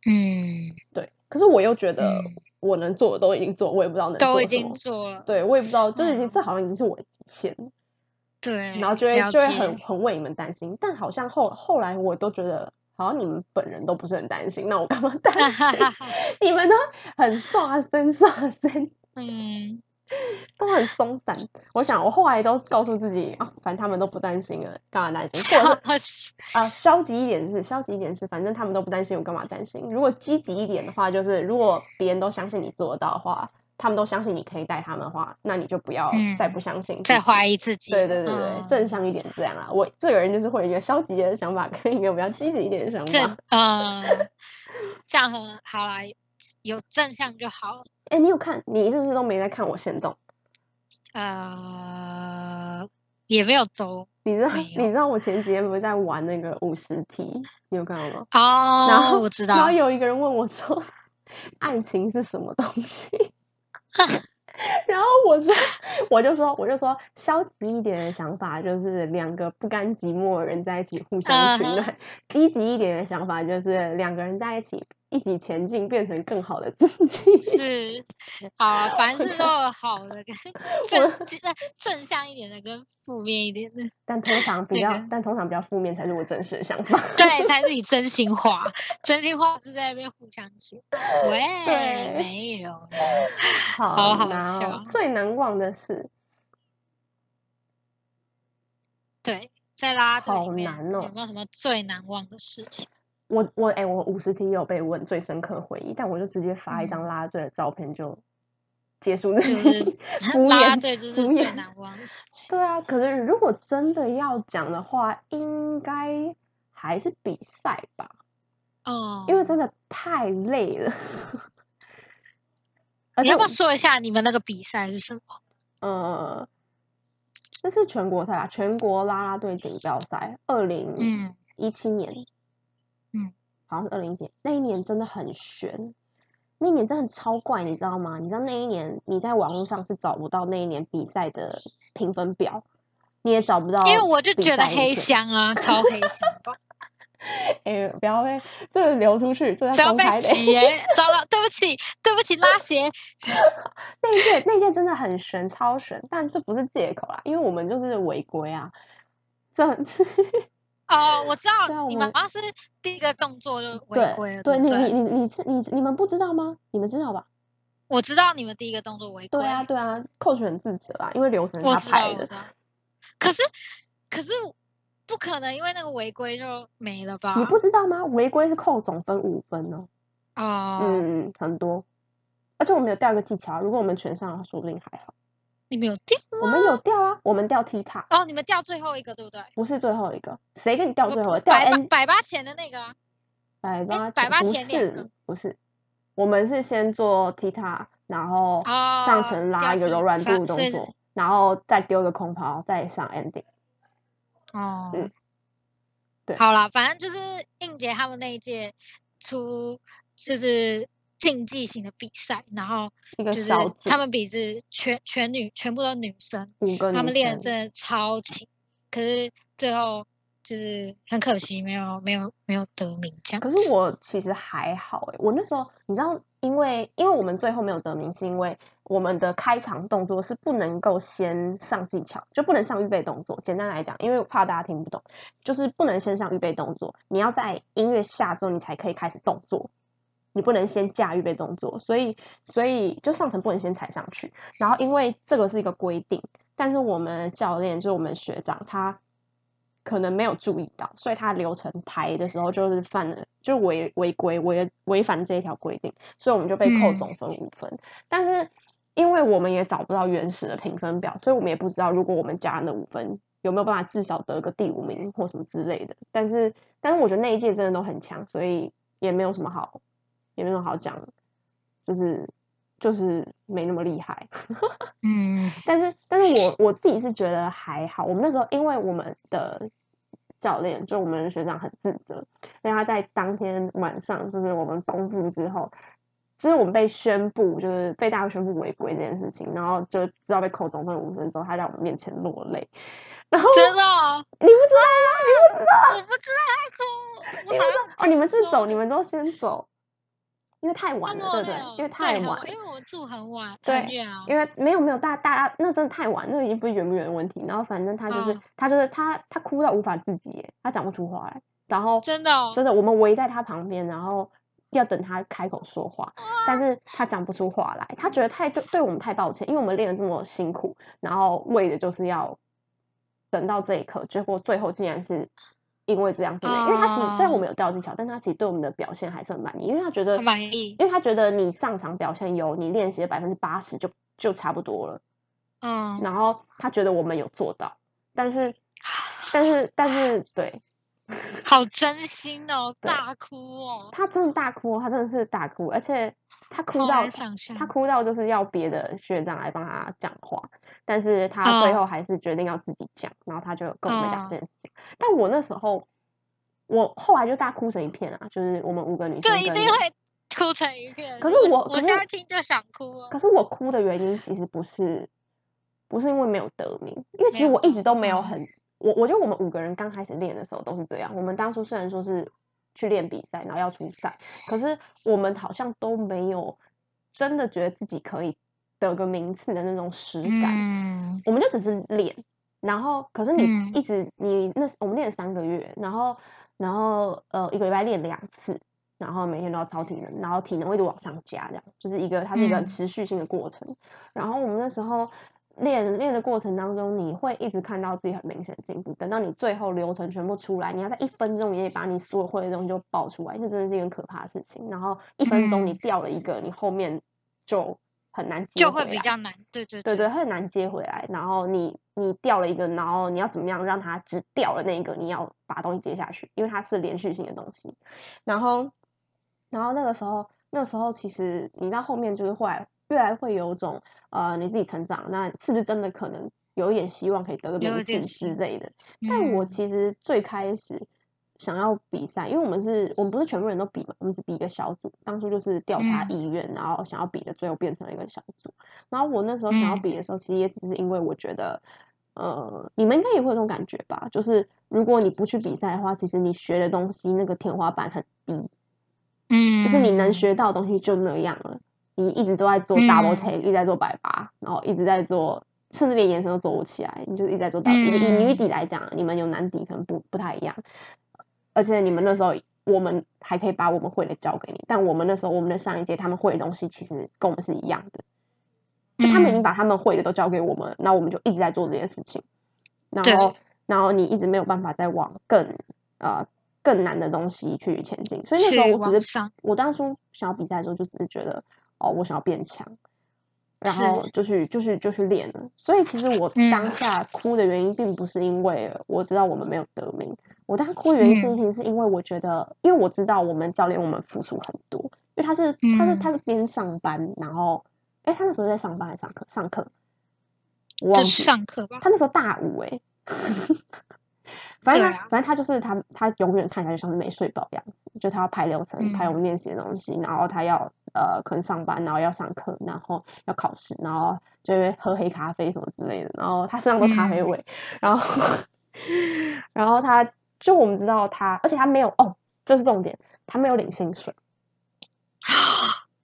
嗯，
对。可是我又觉得
嗯
我能做的都已经做，我也不知道能
都
做
已
什么
经。做了，
对，我也不知道，就是已经
嗯
这好像已经是我的极限了，
对，
然后就会
了
就会
解
很很为你们担心，但好像后后来我都觉得，好像你们本人都不是很担心，那我干嘛担
哈
心
哈？哈哈，
你们都很刷身刷身，
嗯，
都很松 散。我想，我后来都告诉自己啊，反正他们都不担心了，干嘛担心？或者是
笑死，
啊、消极一点是消极一点是，反正他们都不担心，我干嘛担心？如果积极一点的话，就是如果别人都相信你做得到的话，他们都相信你可以带他们的话，那你就不要
嗯
再不相信、
在怀
疑。
疑自己。
对对对对，
嗯
正向一点是这样啦。我这个人就是会有一个消极的想法，跟一个比较积极一点的想
这
法。
呃，这样很好啦，有正向就好。
哎、你有看？你是不是都没在看我行动？
呃，也没有走
你知道？
没有
你知道我前几天不是在玩那个五十题，你有看到吗？
哦。
然后
我知
然
道
后，有一个人问我说：“爱情是什么东 西？”然后我说，我就说，我就说，消极一点的想法就是两个不甘寂寞的人在一起互
嗯
相取暖；积极一点的想法就是两个人在一起一起前进，变成更好的自己。
是好 啦，凡事都有好的跟 正正正向一点的跟负面一点的，
但通常比
那
较
个，
但通常比较负面才是我真实的想法。
对，才是你真心话。真心话是在那边互相说，喂，
对
没有啦，
好
好好
然后
笑
最难忘的事，
对，在啦啦队里
好
面
难哦
有没有什么最难忘的事情？
我我哎、我五十题也有被问最深刻回忆，但我就直接发一张
嗯
拉队的照片就结束那
就
题
是
敷
啦啦
衍
队就是
敷
最
衍
难忘的事情。
对啊，可是如果真的要讲的话，应该还是比赛吧，
哦，
因为真的太累了。而
你
且
要不要
我
说一下你们那个比赛是什么？
呃，这是全国赛吧？啊全国啦啦队锦标赛，二零
嗯，
一七年，
嗯，
好像是二零一七，那一年真的很悬。那一年真的超怪，你知道吗？你知道那一年你在网络上是找不到那一年比赛的评分表，你也找不哦到比赛
因
影片，
为我就觉得黑箱啊，超黑箱 吧，
哎、 不要被这个流出去，这个
不要
公
被
开的。
挤耶！糟了，对不起，对不起，拉鞋。
那一届那一届真的很悬，超悬，但这不是借口啦，因为我们就是违规啊。这
哦，我知
对啊
道你
我
们
们
好像是第一个动作就违规
对
了，
对，
不
你
对？
你你你你你们不知道吗？你们知道吧？
我知道你们第一个动作违规，
对啊对啊，coach 很自责啊，因为流程是
我
他
知道，
排
我
的
知。道。可是，可是不可能，因为那个违规就没了吧
你？不知道吗？违规是扣总分五分哦。
哦，
嗯，很多。而且我们有掉一个技巧，如果我们全上的话，说不定还好。
你们有掉
我们有掉啊，我们掉踢踏，
哦，你们掉最后一个对不对？呃
不是最后一个。谁跟你掉
不
最后一个？掉
百八
N
百八前的那个啊，
百八
百八
不
前嗯两个
是不是，我们是先做踢踏，然后上
哦
层
掉
拉一个
踢
柔软
反
度动
所以是
作，然后再丢个空抛，再上 ending。
哦，
嗯对
好啦，反正就是应杰他们那一届出就是竞技型的比赛，然后
一个
就是
小组
他们比是全全女，全部都是女生，
五个
他
女
们练的
生
真的超勤，可是最后就是很可惜没有没有没有得名这样
可
子。
是我其实还好哎、我那时候你知道，因为因为我们最后没有得名，是因为我们的开场动作是不能够先上技巧，就不能上预备动作。简单来讲，因为我怕大家听不懂，就是不能先上预备动作，你要在音乐下之后你才可以开始动作。你不能先架预备动作，所以所以就上层不能先踩上去。然后因为这个是一个规定，但是我们教练就是我们学长，他可能没有注意到，所以他流程排的时候就是犯了，就违违规违违反这一条规定，所以我们就被扣
嗯
总分五分。但是因为我们也找不到原始的评分表，所以我们也不知道如果我们加了那五分有没有办法至少得个第五名或什么之类的。但是但是我觉得那一届真的都很强，所以也没有什么好也没有什么好讲的，就是就是没那么厉害。
嗯，
但是，但是我我自己是觉得还好。我们那时候，因为我们的教练，就我们的学长很自责，所以他在当天晚上，就是我们公布之后，就是我们被宣布，就是被大家宣布违规这件事情，然后就知道被扣总分五分之后，他在我们面前落泪。然后
真的哦、
你不知道吗？你不知道？
我不知道他哭，
你
我
不
好
知
像
道哦，你们
听
是
说
走，
的
你们都先走，因为太晚
他
了，
落
对
泪
不对
哦？
因为
对
太
很
晚了
因为我们住很晚，
对
很远啊。
因为没有没有大大家那真的太晚，那已经不是圆不圆的问题。然后反正他就是、
嗯
他就是他他哭到无法自己耶，他讲不出话来。然后
真的哦
真的我们围在他旁边，然后要等他开口说话，但是他讲不出话来。他觉得太对对我们太抱歉，因为我们练的这么辛苦，然后为的就是要等到这一刻，结果最后竟然是因为这样子，因为他其实虽然我
哦
们有掉技巧，但他其实对我们的表现还算满意，因为他觉得
他满意
因为他觉得你上场表现有你练习的百分之八十就就差不多了，
嗯，
然后他觉得我们有做到，但 是但是但是对
好真心哦，
对
大哭哦，
他真的大哭哦，他真的是大哭，而且他哭
好
到
难想象
他哭到就是要别的学长来帮他讲话，但是他最
哦
后还是决定要自己讲，然后他就跟我们讲
哦
这件事情。但我那时候，我后来就大哭成一片啊，就是我们五个女生
对，一
跟
定会哭成一片。
可是我
我
可是
现在听就想哭哦
可。是我哭的原因其实不是不是因为没有得名，因为
没
其实
有
我一
得
直都没有
嗯
很我我觉得我们五个人刚开始练的时候都是这样。我们当初虽然说是去练比赛，然后要出赛，可是我们好像都没有真的觉得自己可以得个名次的那种实感。
嗯，
我们就只是练，然后可是你
嗯
一直、你那我们练了三个月，然后然后呃一个礼拜练两次，然后每天都要操体能，然后体能会一直往上加，这样就是一个它是一个很
嗯
持续性的过程。然后我们那时候练练的过程当中，你会一直看到自己很明显的进步。等到你最后流程全部出来，你要在一分钟以内把你所有会的东西都爆出来，这真的是一件可怕的事情。然后一分钟你
嗯
掉了一个，你后面就很难接
就会
回
比
来
较难。对对
对
对
对，它很难接回来。然后你你掉了一个，然后你要怎么样让它只掉了那一个，你要把东西接下去，因为它是连续性的东西。然后，然后那个时候，那时候其实你到后面就是后来越来会有种呃你自己成长，那是不是真的可能有一点希望可以得个
有
名
一点
次之
希
类的？但
嗯，
我其实最开始想要比赛，因为我们是我们不是全部人都比嘛，我们只比一个小组。当初就是调查
嗯
意愿，然后想要比的，最后变成了一个小组。然后我那时候想要
嗯
比的时候，其实也只是因为我觉得，呃，你们应该也会有这种感觉吧？就是如果你不去比赛的话，其实你学的东西那个天花板很低，
嗯，
就是你能学到的东西就那样了。你一直都在做 double
嗯
take，、一直在做百八，然后一直在做，甚至连延伸都做不起来。你就一直在做 double、以以女
嗯
底来讲，你们有男底可能不不太一样，而且你们那时候我们还可以把我们会的教给你，但我们那时候我们的上一届他们会的东西其实跟我们是一样的，就他们已经
嗯
把他们会的都教给我们，那我们就一直在做这件事情。然
对
后，然后你一直没有办法再往更呃更难的东西去前进，所以那时
去
候我只
往
是
上
我当初想要比赛的时候，就只是觉得哦，我想要变强，然
是
后就去就去就去练了。所以其实我
嗯
当下哭的原因，并不是因为我知道我们没有得名，我当下哭的原因是
嗯
情是因为我觉得，因为我知道我们教练我们付出很多，因为他是他是
嗯
他是边上班，然后哎，他那时候在上班还是上课上课，我忘
就
记了
上课吧。
他那时候大五哎、反
对
正他、
啊
反正他就是他他永远看起来就像是没睡饱一样，就他要排流程，排
嗯
我们练习的东西，然后他要呃可能上班，然后要上课，然后要考试，然后就会喝黑咖啡什么之类的，然后他身上都咖啡
嗯
味， 然后然后他就我们知道他，而且他没有哦，这是重点，他没有领薪水。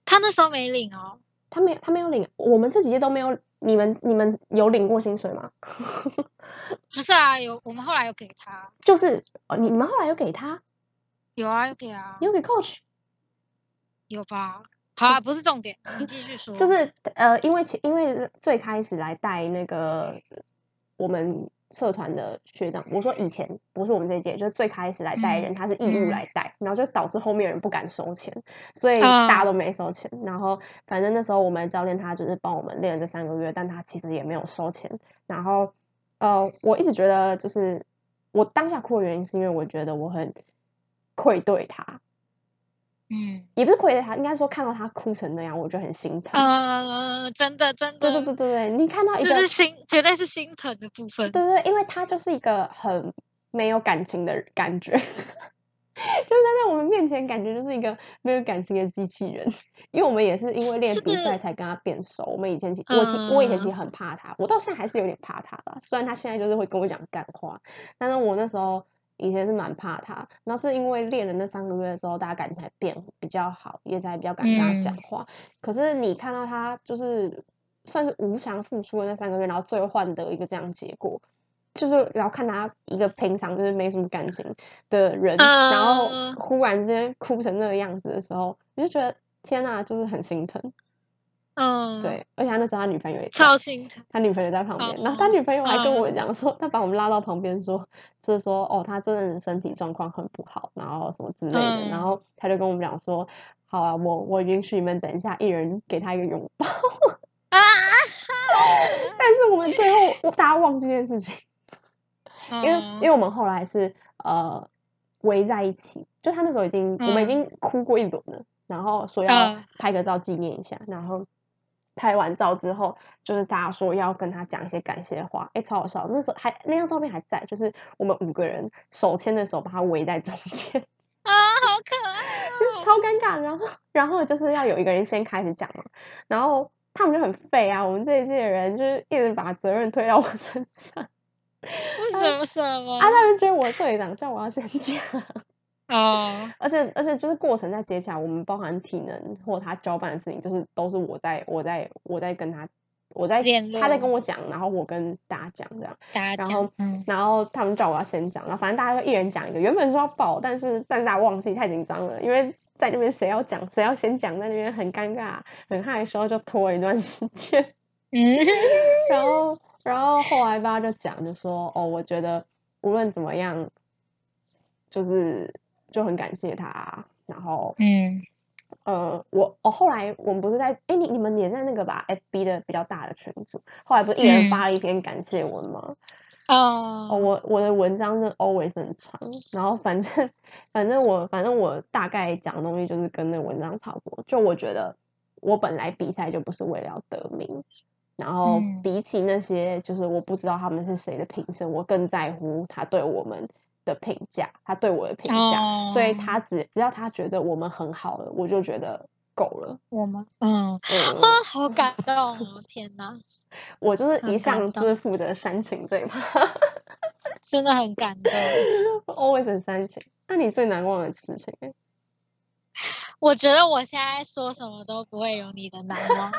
他那时候没领哦，
他没有，他没有领，我们这几届都没有。你们你们有领过薪水吗？
不是啊，有我们后来有给他，
就是哦你你们后来有给他，
有啊，有给啊
你，有给 coach，
有吧？好啊，不是重点，你继续说。
就是呃，因为其因为最开始来带那个我们社团的学长，我说以前不是我们这一届，就是最开始来带的人，
嗯
他是义务
嗯
来带，然后就导致后面人不敢收钱，所以大家
啊
都没收钱。然后反正那时候我们教练他就是帮我们练了这三个月，但他其实也没有收钱。然后呃，我一直觉得就是我当下哭的原因，是因为我觉得我很愧对他。
嗯
也不是愧对他，应该说看到他哭成那样，我就很心疼。
呃，真的真
对
的，
对对对对，你看到一个
这是心，绝对是心疼的部分。
对对，因为他就是一个很没有感情的人感觉，就是 他在我们面前感觉就是一个没有感情的机器人。因为我们也是因为练
是
比赛
的
才跟他变熟，我们以前其我其我以前其实
嗯
很怕他，我到现在还是有点怕他啦。虽然他现在就是会跟我讲干话，但是我那时候。以前是蛮怕他，然后是因为练了那三个月之后，大家感情才变比较好，也才比较敢跟他讲
嗯
话。可是你看到他就是算是无偿付出的那三个月，然后最后换得一个这样的结果，就是然后看他一个平常就是没什么感情的人，然后
嗯
忽然之间哭成那个样子的时候，你就觉得天呐，就是很心疼。
嗯，，
对，而且他那时候他女朋友也在
超心疼，
他女朋友在旁
哦
边，然后他女朋友还跟
嗯
我讲说，他把我们拉到旁边说，就是说哦，他真的身体状况很不好，然后什么之类的，
嗯
然后他就跟我们讲说，好啊，我我允许你们等一下，一人给他一个拥 抱，
啊，
但是我们最后我大家忘记这件事情，因为
嗯
因为我们后来是呃围在一起，就他那时候已经、我们已
嗯
经哭过一轮了，然后说要
嗯
拍个照纪念一下，然后拍完照之后，就是大家说要跟他讲一些感谢话，哎、超好笑，那时候还那张照片还在，就是我们五个人手牵着手把他围在中间，
啊，好可爱哦，
超尴尬。然后，然后就是要有一个人先开始讲嘛，然后他们就很废啊，我们这一届的人就是一直把责任推到我身上，
为什么什么
啊，？他们觉得我是队长，叫我要先讲。
哦，
而且而且就是过程在接下来，我们包含体能或他交办的事情，就是都是我在我在我在跟他我在
联
他在跟
络
我讲，然后我跟大家讲这样，
大家
然
讲
后，
嗯，
然后他们叫我要先讲，然后反正大家就一人讲一个，原本说要报，但是但是大家忘记太紧张了，因为在那边谁要讲谁要先讲，在那边很尴尬很害羞，就拖了一段时间。
嗯，
然后，然后后来吧就讲，就说哦，我觉得无论怎么样，就是就很感谢他。啊然后，
嗯，
呃，我哦，后来我们不是在哎，你你们也在那个吧，FB 的比较大的群组，后来不是一人
嗯
发了一篇感谢文吗？
哦，嗯
哦，我我的文章是 always 很长，然后反正反正我反正我大概讲的东西就是跟那文章差不多。就我觉得我本来比赛就不是为了要得名，然后
嗯
比起那些就是我不知道他们是谁的评审，我更在乎他对我们的评价，他对我的评价。所以
哦
他只只要他觉得我们很好了，我就觉得够了。
我们，嗯，
嗯，
啊，好感动哦，天哪，
我就是
很感
一向就
动
是负责煽情这一趴
真的很感动。
，always 很煽情。那你最难忘的事情欸？
我觉得我现在说什么都不会有你的难 忘，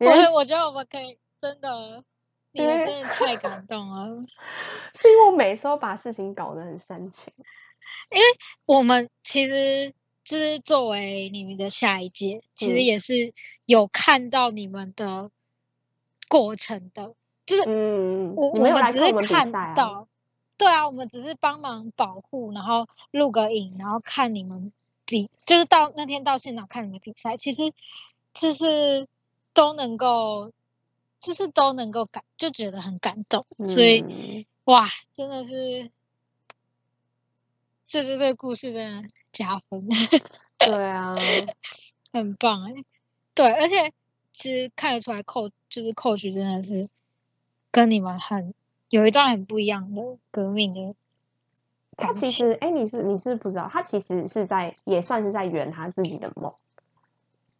你
我
在
会我觉得我们可以真的，你们
对
真的太感动了。
是因为我每次都把事情搞得很煽情。
我们其实就是作为你们的下一届，其实
嗯
也是有看到你们的过程的，就是
嗯，
我
你没有
们
来
只
看
是
我们比
看
赛啊？
到，对啊，我们只是帮忙保护，然后录个影，然后看你们比，就是到那天到现场看你们比赛，其实就是都能够，就是都能够感，就觉得很感动，所以
嗯
哇，真的是，这这这个故事真的加分，
对啊，
很棒哎、对，而且其实看得出来，coach 就是 coach 真的是跟你们很有一段很不一样的革命的
他
感
其
情。
实，哎、你是你是不知道，他其实是在也算是在圆他自己的梦，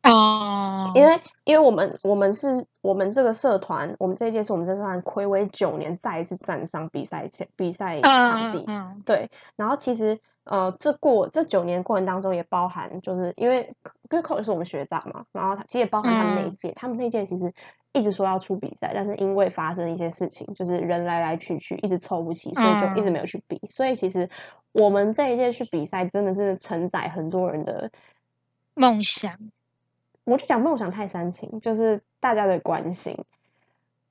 哦，
因为因为我们我们是我们这个社团，我们这一届是我们这个社团暌违九年再一次站上比赛前比赛
嗯
场地
嗯，嗯
对，然后其实呃，这过这九年过程当中也包含，就是因为跟 coach 是我们学长嘛，然后他其实也包含他们那一
嗯
届，他们那一届其实一直说要出比赛，但是因为发生一些事情，就是人来来去去，一直凑不齐，所以就一
嗯
直没有去比。所以其实我们这一届去比赛，真的是承载很多人的，
梦想，
我就讲梦想太煽情，就是大家的关心，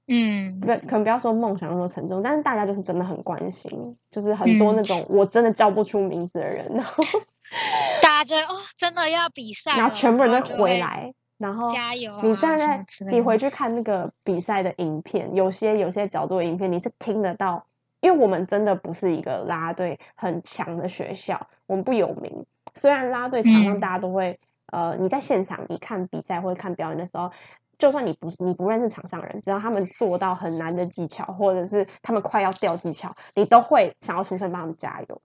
嗯
不，可能不要说梦想那么沉重，但是大家就是真的很关心，就是很多
嗯
那种我真的叫不出名字的人，然后。
大家觉得哦，真的要比赛
然
了，
后全部人
就
都回
会
来，然后
加油、啊，
你站
什么
在
之类
你
的
回去看那个比赛的影片，有些有些角度的影片，你是听得到，因为我们真的不是一个啦啦队很强的学校，我们不有名。虽然啦啦队场上
嗯
大家都会，呃，你在现场你看比赛或者看表演的时候。就算你不你不认识场上人，只要他们做到很难的技巧，或者是他们快要掉技巧，你都会想要出声帮他们加油。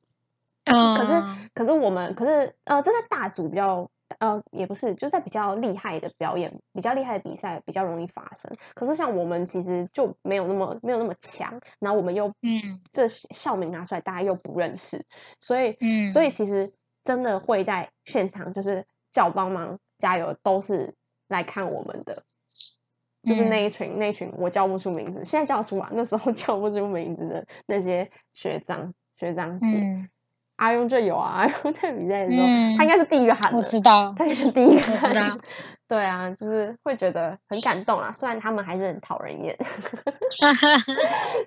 可
嗯
是，可是我们可是呃，这在大组比较呃也不是，就在比较厉害的表演、比较厉害的比赛比较容易发生。可是像我们其实就没有那么没有那么强，然后我们又
嗯
这校名拿出来大家又不认识，所以
嗯，
所以其实真的会在现场就是叫帮忙加油，都是来看我们的。就是
嗯
那一群、那一群我叫不出名字，现在叫得出来，那时候叫不出名字的那些学长学长姐，
嗯
阿用就有啊， 阿用在比赛的时候，
嗯
他应该是第一个喊的，
我知 道，
他是第一个
我知
喊
道
的，对啊，就是会觉得很感动啊啦。虽然他们还是很讨人厌，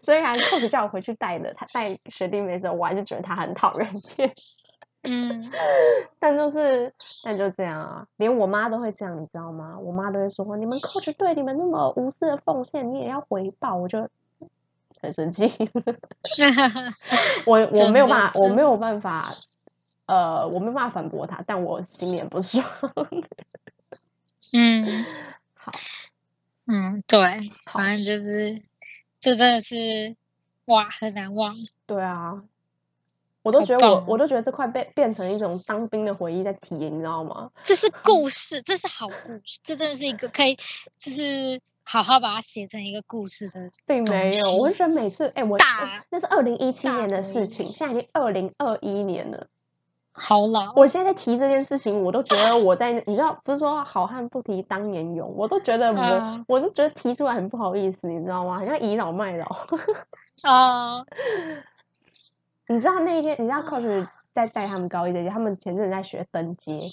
虽然 coach 叫我回去带的，他带学弟妹的时候，我还是觉得他很讨人厌。
嗯，
但就是，但就这样啊，连我妈都会这样，你知道吗？我妈都会说，你们 coach 对你们那么无私的奉献，你也要回报，我就很生气。 我我没有
真
办法，
的
我
是
没有办法，呃，我没有办法反驳他，但我心里很不爽。
嗯
好，
嗯，对，
好
反正就是这真的是哇，很难忘。
对啊，我都
好
觉得我
棒
我都觉得这快被变成一种当兵的回忆在体验，你知道吗？
这是故事，这是好故事，这真的是一个可以，就是好好把它写成一个故事的。
并
东
没有，我就觉得每次，哎、我
大
那是二零一七
大
年
回
的事
忆
情，现在已经二零二一年了。
好老，
我现在在提这件事情，我都觉得我在，你知道，不是说好汉不提当年勇，我都觉得我，
嗯
我都觉得提出来很不好意思，你知道吗？好像倚老卖老。
哦，
你知道那一天，你知道 coach 在带他们高一姐姐，他们前阵子在学登阶，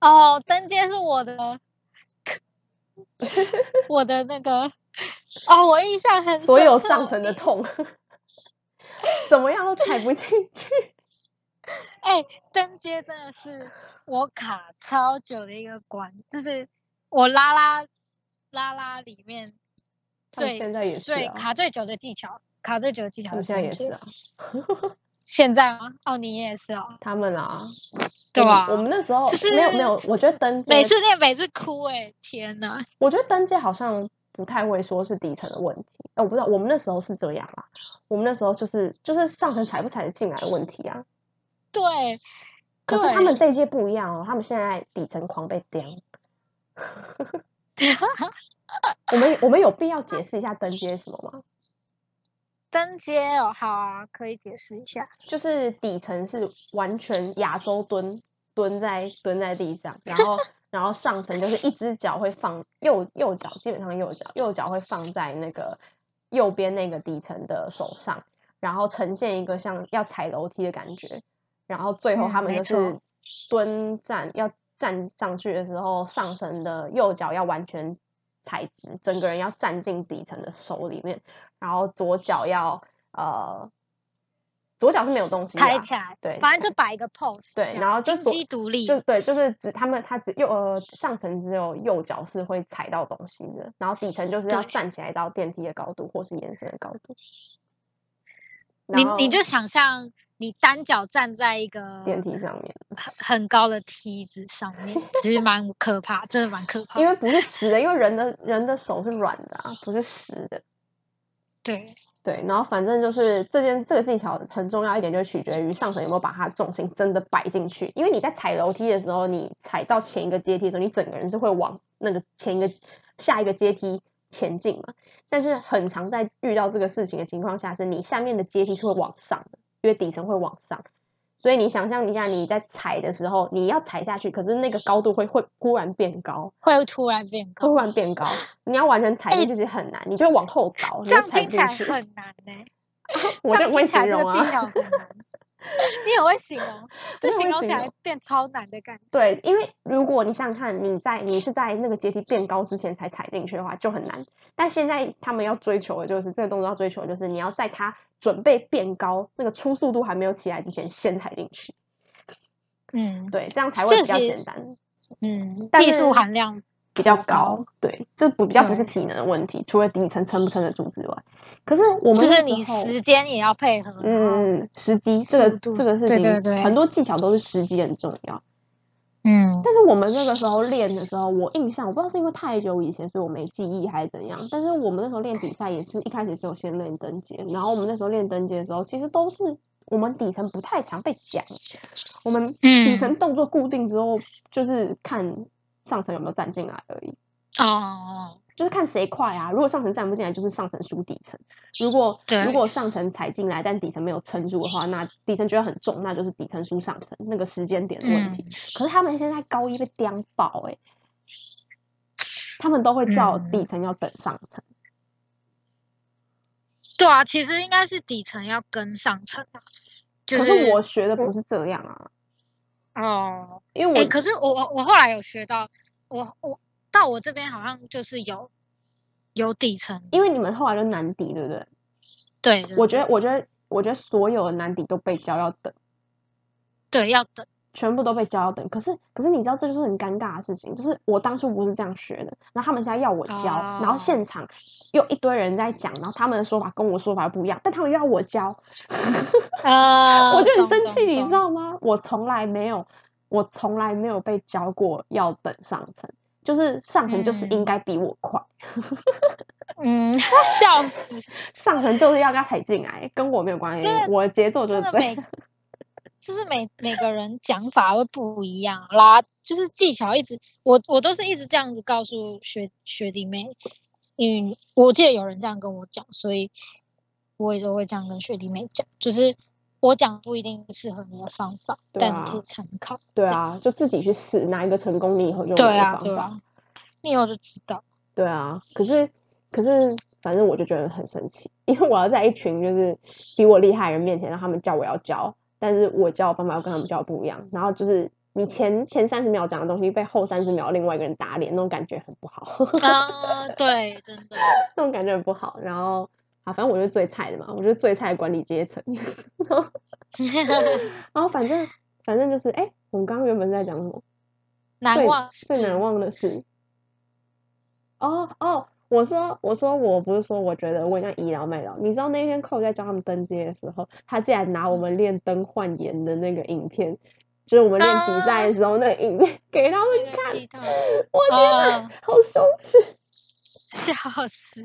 哦，登阶是我的，我的那个，哦，我印象很深刻，哎
所有上层的痛， 怎么样都踩不进去。
哎，登阶真的是我卡超久的一个关，就是我拉拉拉拉里面
他们
最
现在也是
最
啊，
卡最久的技巧，卡最久的技巧
他们
是登
现在也
阶
是啊，
现在吗？哦，你也是哦，
他们啊，
对
我
吧？
我们那时候
就是
没有没有，我觉得登阶
每次练每次哭、哎，天哪！
我觉得登阶好像不太会说是底层的问题，呃，我不知道，我们那时候是这样啦，我们那时候就是就是上层踩不踩得进来的问题啊。
对，
可是他
对
们这一届不一样哦，他们现在底层狂被刁。 我们我们有必要解释一下登阶是什么吗？
登阶哦，好啊，可以解释一下。
就是底层是完全亚洲蹲蹲在蹲在地上，然后然后上层就是一只脚会放右右脚，基本上右脚右脚会放在那个右边那个底层的手上，然后呈现一个像要踩楼梯的感觉，然后最后
嗯
他们
没
就
错
是蹲站要站上去的时候，上层的右脚要完全踩直，整个人要站进底层的手里面，然后左脚要呃。左脚是没有东西啦，
抬起来，
对
反正就摆一个 pose，
对
这
然
样
后就
金
左
鸡独立，
就对，就是只他们他只右呃上层只有右脚是会踩到东西的，然后底层就是要
对
站起来到电梯的高度或是延伸的高度。
你
然
你就
后
想象你单脚站在一个
电梯上面，
很很高的梯子上 面，其实蛮可怕，真的蛮可怕。
因为不是实的，因为人的人的手是软的啊，不是实的。
对，
对，然后反正就是这件这个技巧很重要一点，就取决于上层有没有把它重心真的摆进去。因为你在踩楼梯的时候，你踩到前一个阶梯的时候，你整个人是会往那个前一个下一个阶梯前进嘛。但是很常在遇到这个事情的情况下，是你下面的阶梯是会往上的，因为底层会往上。所以你想象一下，你在踩的时候，你要踩下去，可是那个高度会会忽然变高，
会突然变
会
高
忽，然变高，你要完全踩进
哎
去其实很难，你就会往后倒，你
这
就
样
踩
听起
不进
来
去
很难呢、欸。
我
这
就
样
不会
听起来
形
这
容
个技巧
啊。
很 难，你很会形容，这
我也
形
会
容起
形
来
容
变超难的感觉。
对，因为如果你想想看，你在你是在那个阶梯变高之前才踩进去的话，就很难。但现在他们要追求的就是这个动作要追求的就是你要在它准备变高，那个初速度还没有起来之前先踩进去，
嗯
对，这样才会
这
比较
其
简单，
嗯，
但
技术
是
含量
比较高。对，这不比较不是
哦对
体能的问题，除了底层撑不撑得住之外，可是我们
就是
那时
你
候
时间也要配合。嗯
嗯嗯嗯时机这个
速
这
度
个事
对
情，
对对
很多技巧都是时机很重要。
嗯，
但是我们那个时候练的时候，我印象我不知道是因为太久以前，所以我没记忆还是怎样。但是我们那时候练比赛也是一开始只有先练登阶，然后我们那时候练登阶的时候，其实都是我们底层不太常被讲，我们底
嗯
层动作固定之后，就是看上层有没有站进来而已。
哦，
就是看谁快啊！如果上层站不进来，就是上层输底层；如果
对
如果上层踩进来，但底层没有撑住的话，那底层觉得很重，那就是底层输上层那个时间点的问
嗯
题。可是他们现在高一被刁爆哎、欸，他们都会叫
嗯
底层要等上层，
对啊，其实应该是底层要跟上层啊，就
可是我学的不是这样啊，
哦，
因为我、
哎、可是我我我后来有学到，我我到我这边好像就是有有底层，
因为你们后来就难抵，对不对？
对，对
我觉
对
得，我觉得，我觉得所有的难抵都被教要等，
对要等，
全部都被教要等。可是，可是你知道，这就是很尴尬的事情，就是我当初不是这样学的，然后他们现在要我教，然后
哦
现场又一堆人在讲，然后他们的说法跟我说法不一样，但他们又要我教，
啊
我就很生气，你知？道吗？我从来没有，我从来没有被教过要等上层，就是上层就是应
嗯
该比我快，
懂懂嗯， 笑死，
上层就是要跟他踩进来，跟我没有关系
真，的
我的节奏就是
真的
这
每
样。
就是每每个人讲法会不一样啦，就是技巧一直我我都是一直这样子告诉学学弟妹，嗯，我记得有人这样跟我讲，所以我也都会这样跟学弟妹讲，就是我讲不一定适合你的方法，
对
但你可
啊
以参考。
对
这样，
啊，就自己去试，哪一个成功，你以后就有
对
你的
啊，
方
对
法。
啊，你以后就知 道。
对啊，可是可是，反正我就觉得很生气， 因为我要在一群就是比我厉害的人面前，让他们叫我要教，但是我教的方法又跟他们教的不一样，然后就是你前前三十秒讲的东西被后三十秒另外一个人打脸，那种感觉很不好，
啊，对，真的，
那种感觉很不好。然后啊，反正我就是最菜的嘛，我就是最菜的管理阶层。 然后反正反正就是，哎，我们刚刚原本是在讲什么？
难
最
忘
最难
事
忘的事。哦哦，我说我说我不是说我觉得我很像倚老卖老，你知道那天寇在教他们登阶的时候，他竟然拿我们练灯换眼的那个影片，就是我们练
啊
比赛的时候那个影片给他们
那个
看，
鸡汤，
我天哪
哦，
好羞耻，
笑死！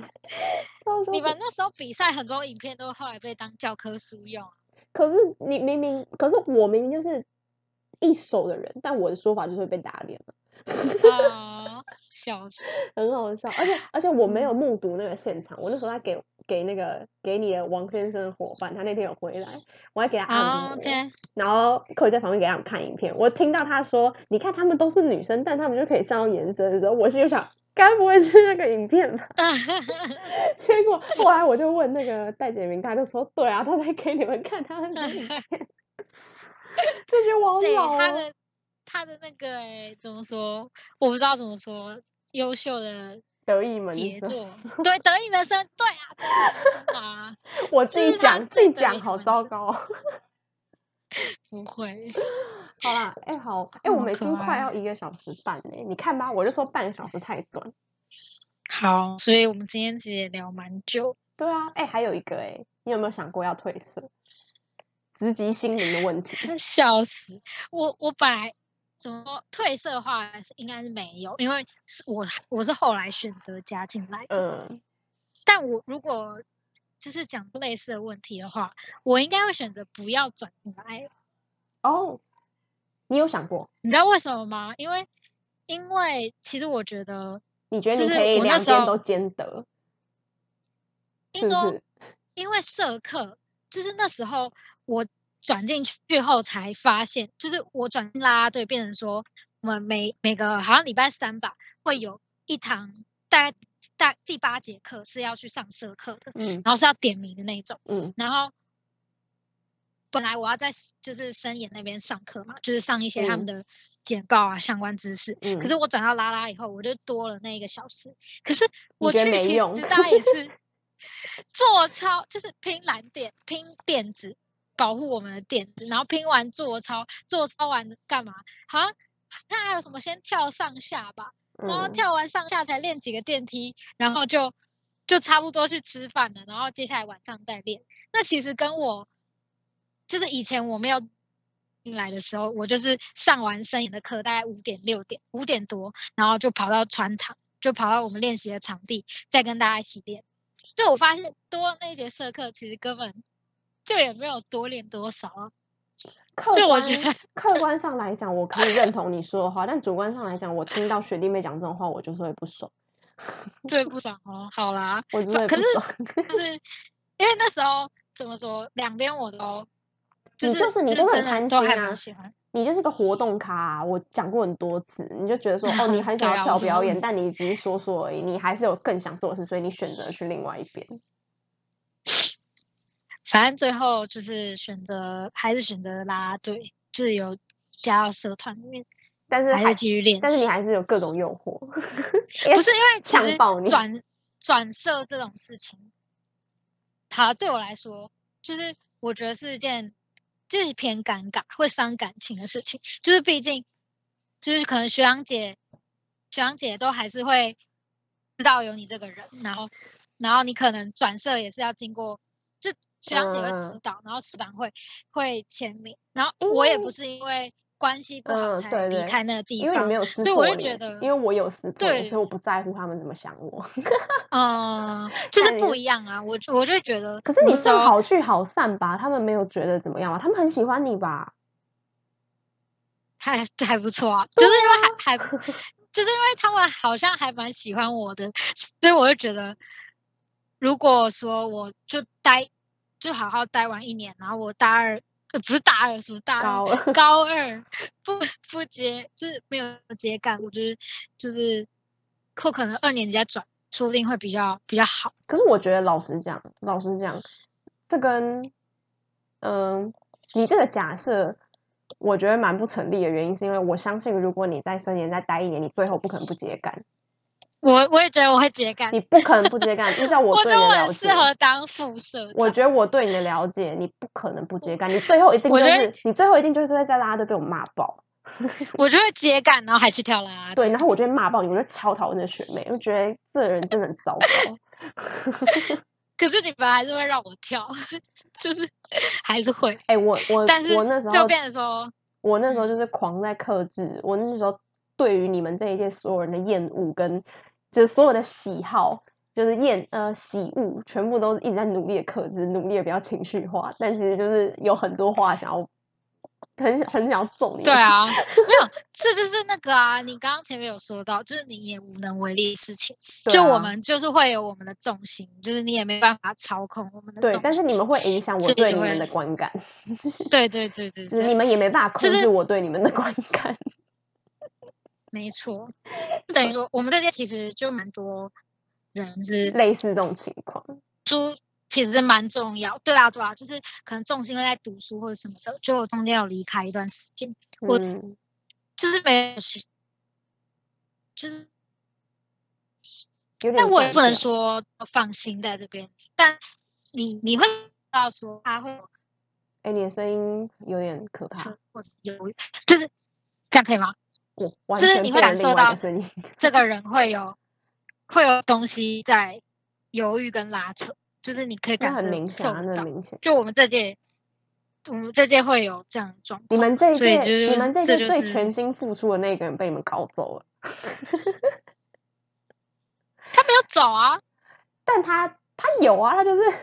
超羞
你
耻
们。那时候比赛很多影片都后来被当教科书用 啊，
可是你明明，可是我明明就是一手的人，但我的说法就是会被打脸。
啊笑 死！
很好笑，而且而且我没
嗯
有目睹那个现场，我那时候在给给那个给你的王先生的伙伴，他那天有回来，我还给他按摩
好，OK，哦
然后可以在旁边给他们看影片，我听到他说，你看他们都是女生，但他们就可以上到延伸的时候，我心里想，该不会是那个影片吧？ 结果后来我就问那个戴姐明，他就说，对啊，他在给你们看他们的影片， 就觉得我好
对
老
他
哦。
的他的那个欸怎么说？我不知道怎么说，优秀的
得意门
杰
生，
作， 对，德艺门生，对啊，德艺门生嘛，
我自
就
己
是他
讲自己
最得
讲
意
好
门
糟
生
糕哦。
不 会，
好啦，哎、好，哎、我
好
们已
可
经快
爱
要一个小时半嘞、你看吧，我就说半个小时太短。
好，所以我们今天其实也聊蛮久，
对啊，哎、还有一个哎、你有没有想过要褪色？直击心灵的问题。
笑死！我我本来怎么说褪色的话应该是没有，因为是我我是后来选择加进来的。
嗯，
但我如果就是讲类似的问题的话，我应该会选择不要转进来。
哦，你有想过？
你知道为什么吗？因为因为其实我觉得，
你觉得
就
你
是
可以
我那
两
时
边
候
都兼得，
听
是不
说
是？
因为社课，就是那时候我转进去后才发现，就是我转进啦啦队，变成说我们每每个好像礼拜三吧，会有一堂大概大第八节课是要去上社课的，
嗯
然后是要点名的那一种。
嗯
然后本来我要在 s- 就是森野那边上课嘛，就是上一些他们的简报啊、相关知识。
嗯。
可是我转到拉拉以后，我就多了那一个小时。可是我
觉得
去
没
其
用
实大概也是做操，就是拼蓝点、拼垫子，保护我们的垫子，然后拼完做操，做操完干嘛？好像那还有什么？先跳上下吧，然后
嗯
跳完上下才练几个电梯，然后就就差不多去吃饭了，然后接下来晚上再练。那其实跟我就是以前我没有进来的时候，我就是上完森野的课，大概五点六点五点多，然后就跑到船堂，就跑到我们练习的场地，再跟大家一起练。就我发现多了那一节社课，其实根本就也没有多练多少啊。
客
所以我
观
觉得
客观上来讲，我可以认同你说的话，但主观上来讲，我听到学弟妹讲这种话，我就是会不爽，
对， 不爽哦，好啦，
我就是会不
可是
爽。
就是因为那时候怎么说，两边我都，
你
是
就是你
就
就是
真
很贪
的都
心
还
啊
蛮喜欢。
你就是个活动咖啊、我讲过很多次，你就 觉得说，哦，你很想
对
要
啊我觉
跳
得
表
我
演，
很
但你只是说说而已，你还是有更想做的事，所以你选择去另外一边。
反正最后就是选择还是选择啦啦队，就是有加到社团里面，
但是
还
还
是继续练习。
但是你还是有各种诱惑，
不是因为其
呛
实
爆你
转转社这种事情，它对我来说，就是我觉得是一件就是偏尴尬、会伤感情的事情。就是毕竟，就是可能学长姐、学长姐都还是会知道有你这个人，然后，然后你可能转社也是要经过，就学长姐会
嗯
指导，然后社长会会签名，然后
因
我也
为
不是因为关系不好
嗯
才
对
离
对
开那个地
因为你
方
没，有撕
所以我
破
就
脸
觉得
因为我有撕破脸，
对
所以我不在乎他们怎么想我。
嗯，就是
你
不
是
一样啊！我就我就觉得，嗯
可是你
正
正，好聚好散吧，他们没有觉得怎么样吧？他们很喜欢你吧？
还 这还不错 啊，就是因为还还，就是因为他们好像还蛮喜欢我的，所以我就觉得，如果说我就待，就好好待完一年，然后我大二，呃不是大二，什么大
高
二，
了，
高二不不接，就是没有接干，我就是就是，或可能二年级再转，说不定会比较比较好。
可是我觉得老实讲，老实讲，这跟嗯、你这个假设，我觉得蛮不成立的原因，是因为我相信，如果你在深研再待一年，你最后不可能不接干，
我我也觉得我会接干，
你不可能不接干。依照
我
嗯我
觉
对你
得
的
我
了
很
解
适，合当副社
我
长。
觉得我对你的了解，你不可能不接干，你最后一定
我
就
觉得
是你最后一定就是在在拉队被我骂爆。
我就会接干，然后还去跳啦啦队。
对，然后我就会骂爆你，我就超讨厌的学妹，我觉得这个人真的很糟 糕。
可是你们还是会让我跳， 就是还是会，
哎、我我
但是
我那时候
就变得说，
我那时
嗯
候就是狂在克制，我那时候对于你们这一届所有人的厌恶跟就是所有的喜好，就是厌呃喜恶，全部都一直在努力的克制，努力的不要情绪化，但其实就是有很多话想要很很想要揍你。
对，啊， 没有，这就是那个啊，你刚刚前面有说到，就是你也无能为力的事情，
对
就我
啊
们就是会有我们的重心，就是你也没办法操控我们的重
对
心。，
但是你们会影响
所
我
以
对
就
你们
会
的观感，
对对对对
就是
对，
你们也没办法控
就是
制我对你们的观感。
没错，就等于说我们这届其实就蛮多人是
类似这种情况，
书其实蛮重要，对啊，对啊，就是可能重心会在读书或者什么的，就我中间有离开一段时间，我
嗯，
就是没有时，就是，
有点
但我也
断
不能
掉
说放心在这边，但你你会知道说他会有
哎、你的声音有点可怕，
或者犹豫，就是这样可以吗？
我完
就是
全
你
变
会
了
感
另
受
外一
到
个声音。
这个人会有会有东西在犹豫跟拉扯，就是你可以
那
感
很
受
明显
受
啊，那
到
很明显。
就我们这届，我们这届会有这样的状况。
你们这一
哦所以就
届，
是
你们这一
这
届
就
最
是
全心付出的那个人被你们搞走了，
他没有走啊，
但他他有啊，他就是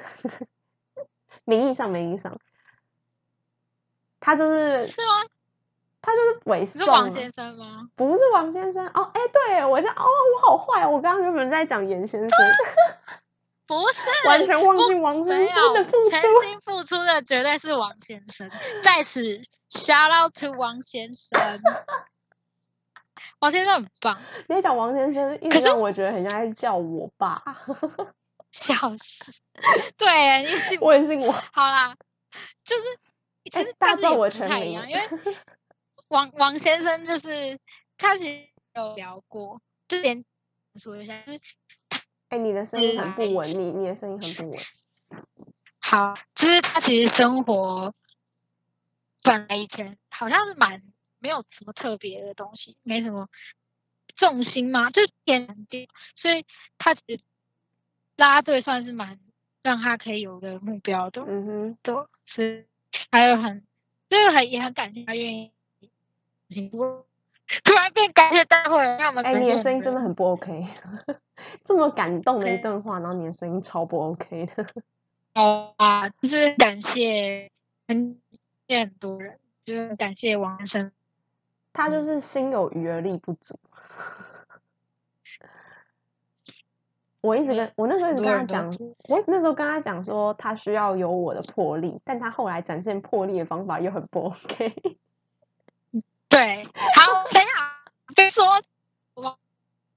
名义上名义上，他就是
是吗？
他就是伪
你
送
是王
啊
先生吗？
不是王先生哦，哎、对我在哦，我好坏哦，我刚刚原本在讲严先生，
不是，
完全忘记王
没
先
有
生的付出
全。心付出的绝对是王先生，在此 shout out to 王先生，王先生很棒，
你在讲王先生，一
可
直
是
让我觉得很像在叫我爸，
笑死，对，你是
我也是 我。
好啦，就是其
哎
实但
大知
是
道
也
我
不
的全
太一
名
样，
了
因为王王先生就是他其实有聊过，就连说一下，就是
哎、你的声音很
是
不
哎
稳，你你的声音很不稳。
好，就是他其实生活本来以前好像是蛮没有什么特别的东西，没什么重心嘛，就是偏难定，所以他其实拉队算是蛮让他可以有个目标的，
嗯哼，
对，所以还有很就是很也很感谢他愿意。突然变感谢大会了，让我们
哎、
感
你
谢
的声音真的
们
很不 OK，这么感动的一
对
段话，然后你的声音超不 OK 的。
哦啊，就是感谢很感谢很多人，就是很感谢王先生
他
嗯
就是心有余而力不足。我
哎
一直跟我那时候一直跟他
很多人
讲
都，
我那时候跟他讲说他需要有我的魄力，但他后来展现魄力的方法又很不 OK。
对，好，等一下，别说我，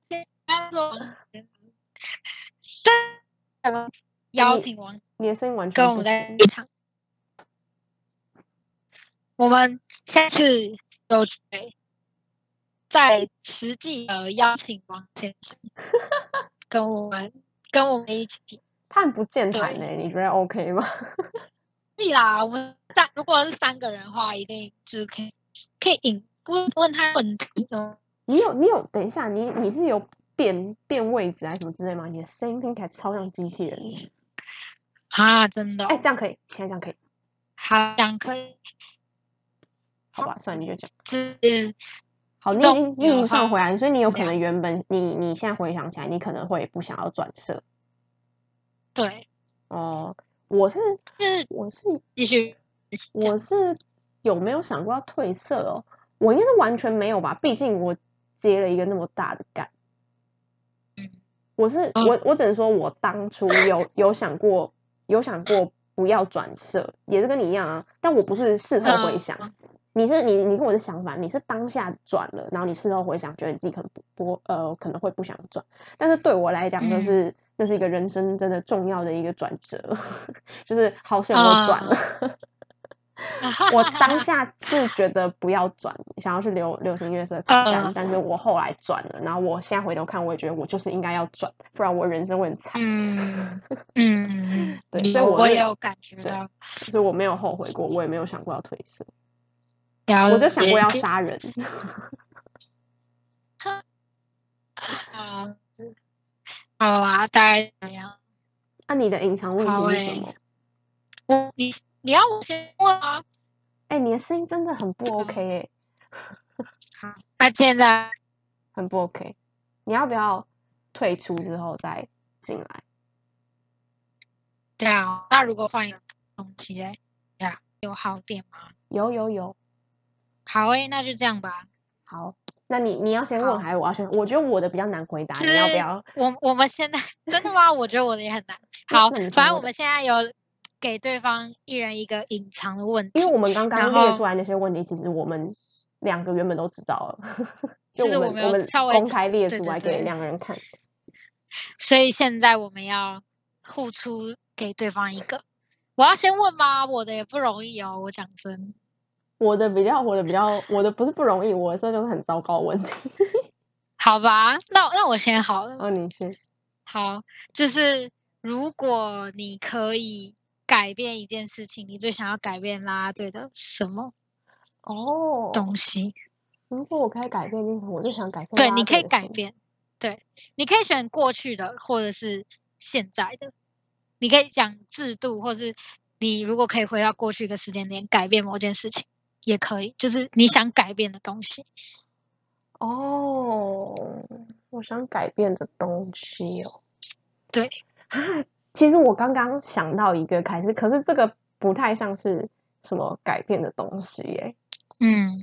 先不要说王先生，但呃邀请王
你的声音完全
跟我们
不
在
行
一。场。我们下次有谁在实际的邀请王先 生跟我们跟我们一起。
他很不健
对
谈呢、你觉得 OK 吗？
对啦，我们三如果是三个人的话，一定就是可以可以引问问他问题哦。
你有你有，等一下，你你是有变变位置还是什么之类吗？你的声音听起来超像机器人的。
啊，真的哦、
哎、这样可以，现在这样可以，
好想可以
好吧，算了，你就讲。
就是
好，你已
动
经你
有
已经算
它
回来，所以你有可
两
能原本你你现在回想起来，你可能会不想要转色
对，
哦。我是
就是
我是
继续
我是有没有想过要褪色哦？我应该是完全没有吧，毕竟我接了一个那么大的干。
嗯
我是
嗯
我我只能说，我当初有有想过有想过不要转色，也是跟你一样啊，但我不是事后回
嗯
想。你是你你跟我是相反，你是当下转了，然后你事后回想，觉得自己可能不不呃可能会不想转，但是对我来讲，就
嗯
是、那是一个人生真的重要的一个转折， 就是好险我转了。
嗯
我 当下是觉得不要转，想要去流流行乐色看
嗯
但是我后来转了，然后我现在回头看，我也觉得我就是应该要转，不然我人生会很惨。
嗯嗯，
对
有
所以我
我
是
也有感觉
对
到，
所以我没有后悔过，我也没有想过要褪色，
了
我就想过要
解
杀人。
啊，好啊，大概怎么样？
那、你的隐藏问
好
题是什
欸
么？
我你你要我先问啊？
哎、你的声音真的很不 OK 哎、
好，那现在
很不 OK。你要不要退出之后再进来？
对啊，那如果换一个东西嘞，对啊，有好点吗？
有有有，
好诶、那就这样吧。
好，那你你要先
好
问还是我要先？我觉得我的比较难回答，
是
你要不要？
我我们现在真的吗？我觉得我的也很难。
那
好
那你先，
反
问
正我们现在有给对方一人一个隐藏的问题
因为，我们刚刚
然
列
后
出来那些问题，其实我们两个原本都知道了， 就
就是
我
我
们
们有
们
稍微
公
知
开列
对
出
对
来给
对
两个人看。
所以现在我们要互出给对方一个。我要先问吗？我的也不容易哦，我讲真。
我的比较，我的比较，我的不是不容易，我的这就是很糟糕的问题。
好吧，那那我先好了。
哦，你是
好，就是如果你可以改变一件事情，你最想要改变啦啦队的什么
哦，
东西？
如果我可以改变一件事，我就想改变。
对，你可以改。变。对，你可以选过去的，或者是现在的。你可以讲制度，或是你如果可以回到过去一个时间点，改变某件事情也可以，就是你想改变的东西。
哦，我想改变的东西哦。
对，
啊，其实我刚刚想到一个开始，可是这个不太像是什么改变的东西耶。
嗯，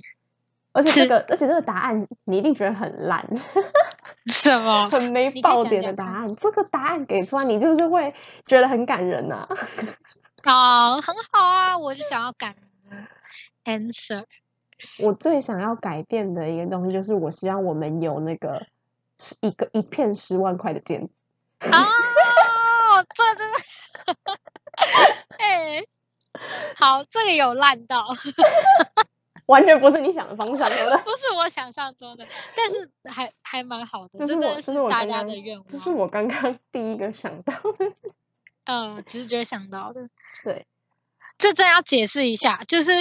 而且这
是
个，而且这个答案你一定觉得很烂，
什么？
很没
哦你可以
爆
讲
点的
讲
答
看
案。这个答案给出来，你就是会觉得很感人啊呐、
哦，很好啊，我就想要感恩 answer。
我最想要改变的一个东西，就是我希望我们有那个是一个一片十万块的店
哦，这真的， 哎、好，这个有烂到，
完全不是你想的方向，对不对？
不是我想象中的，但是还还蛮好的，这
这是
真
我，
的
这是我
大
刚
家
刚
的愿望，
这是我刚刚第一个想到的。
呃，直觉想到的。
对，
这真要解释一下，就是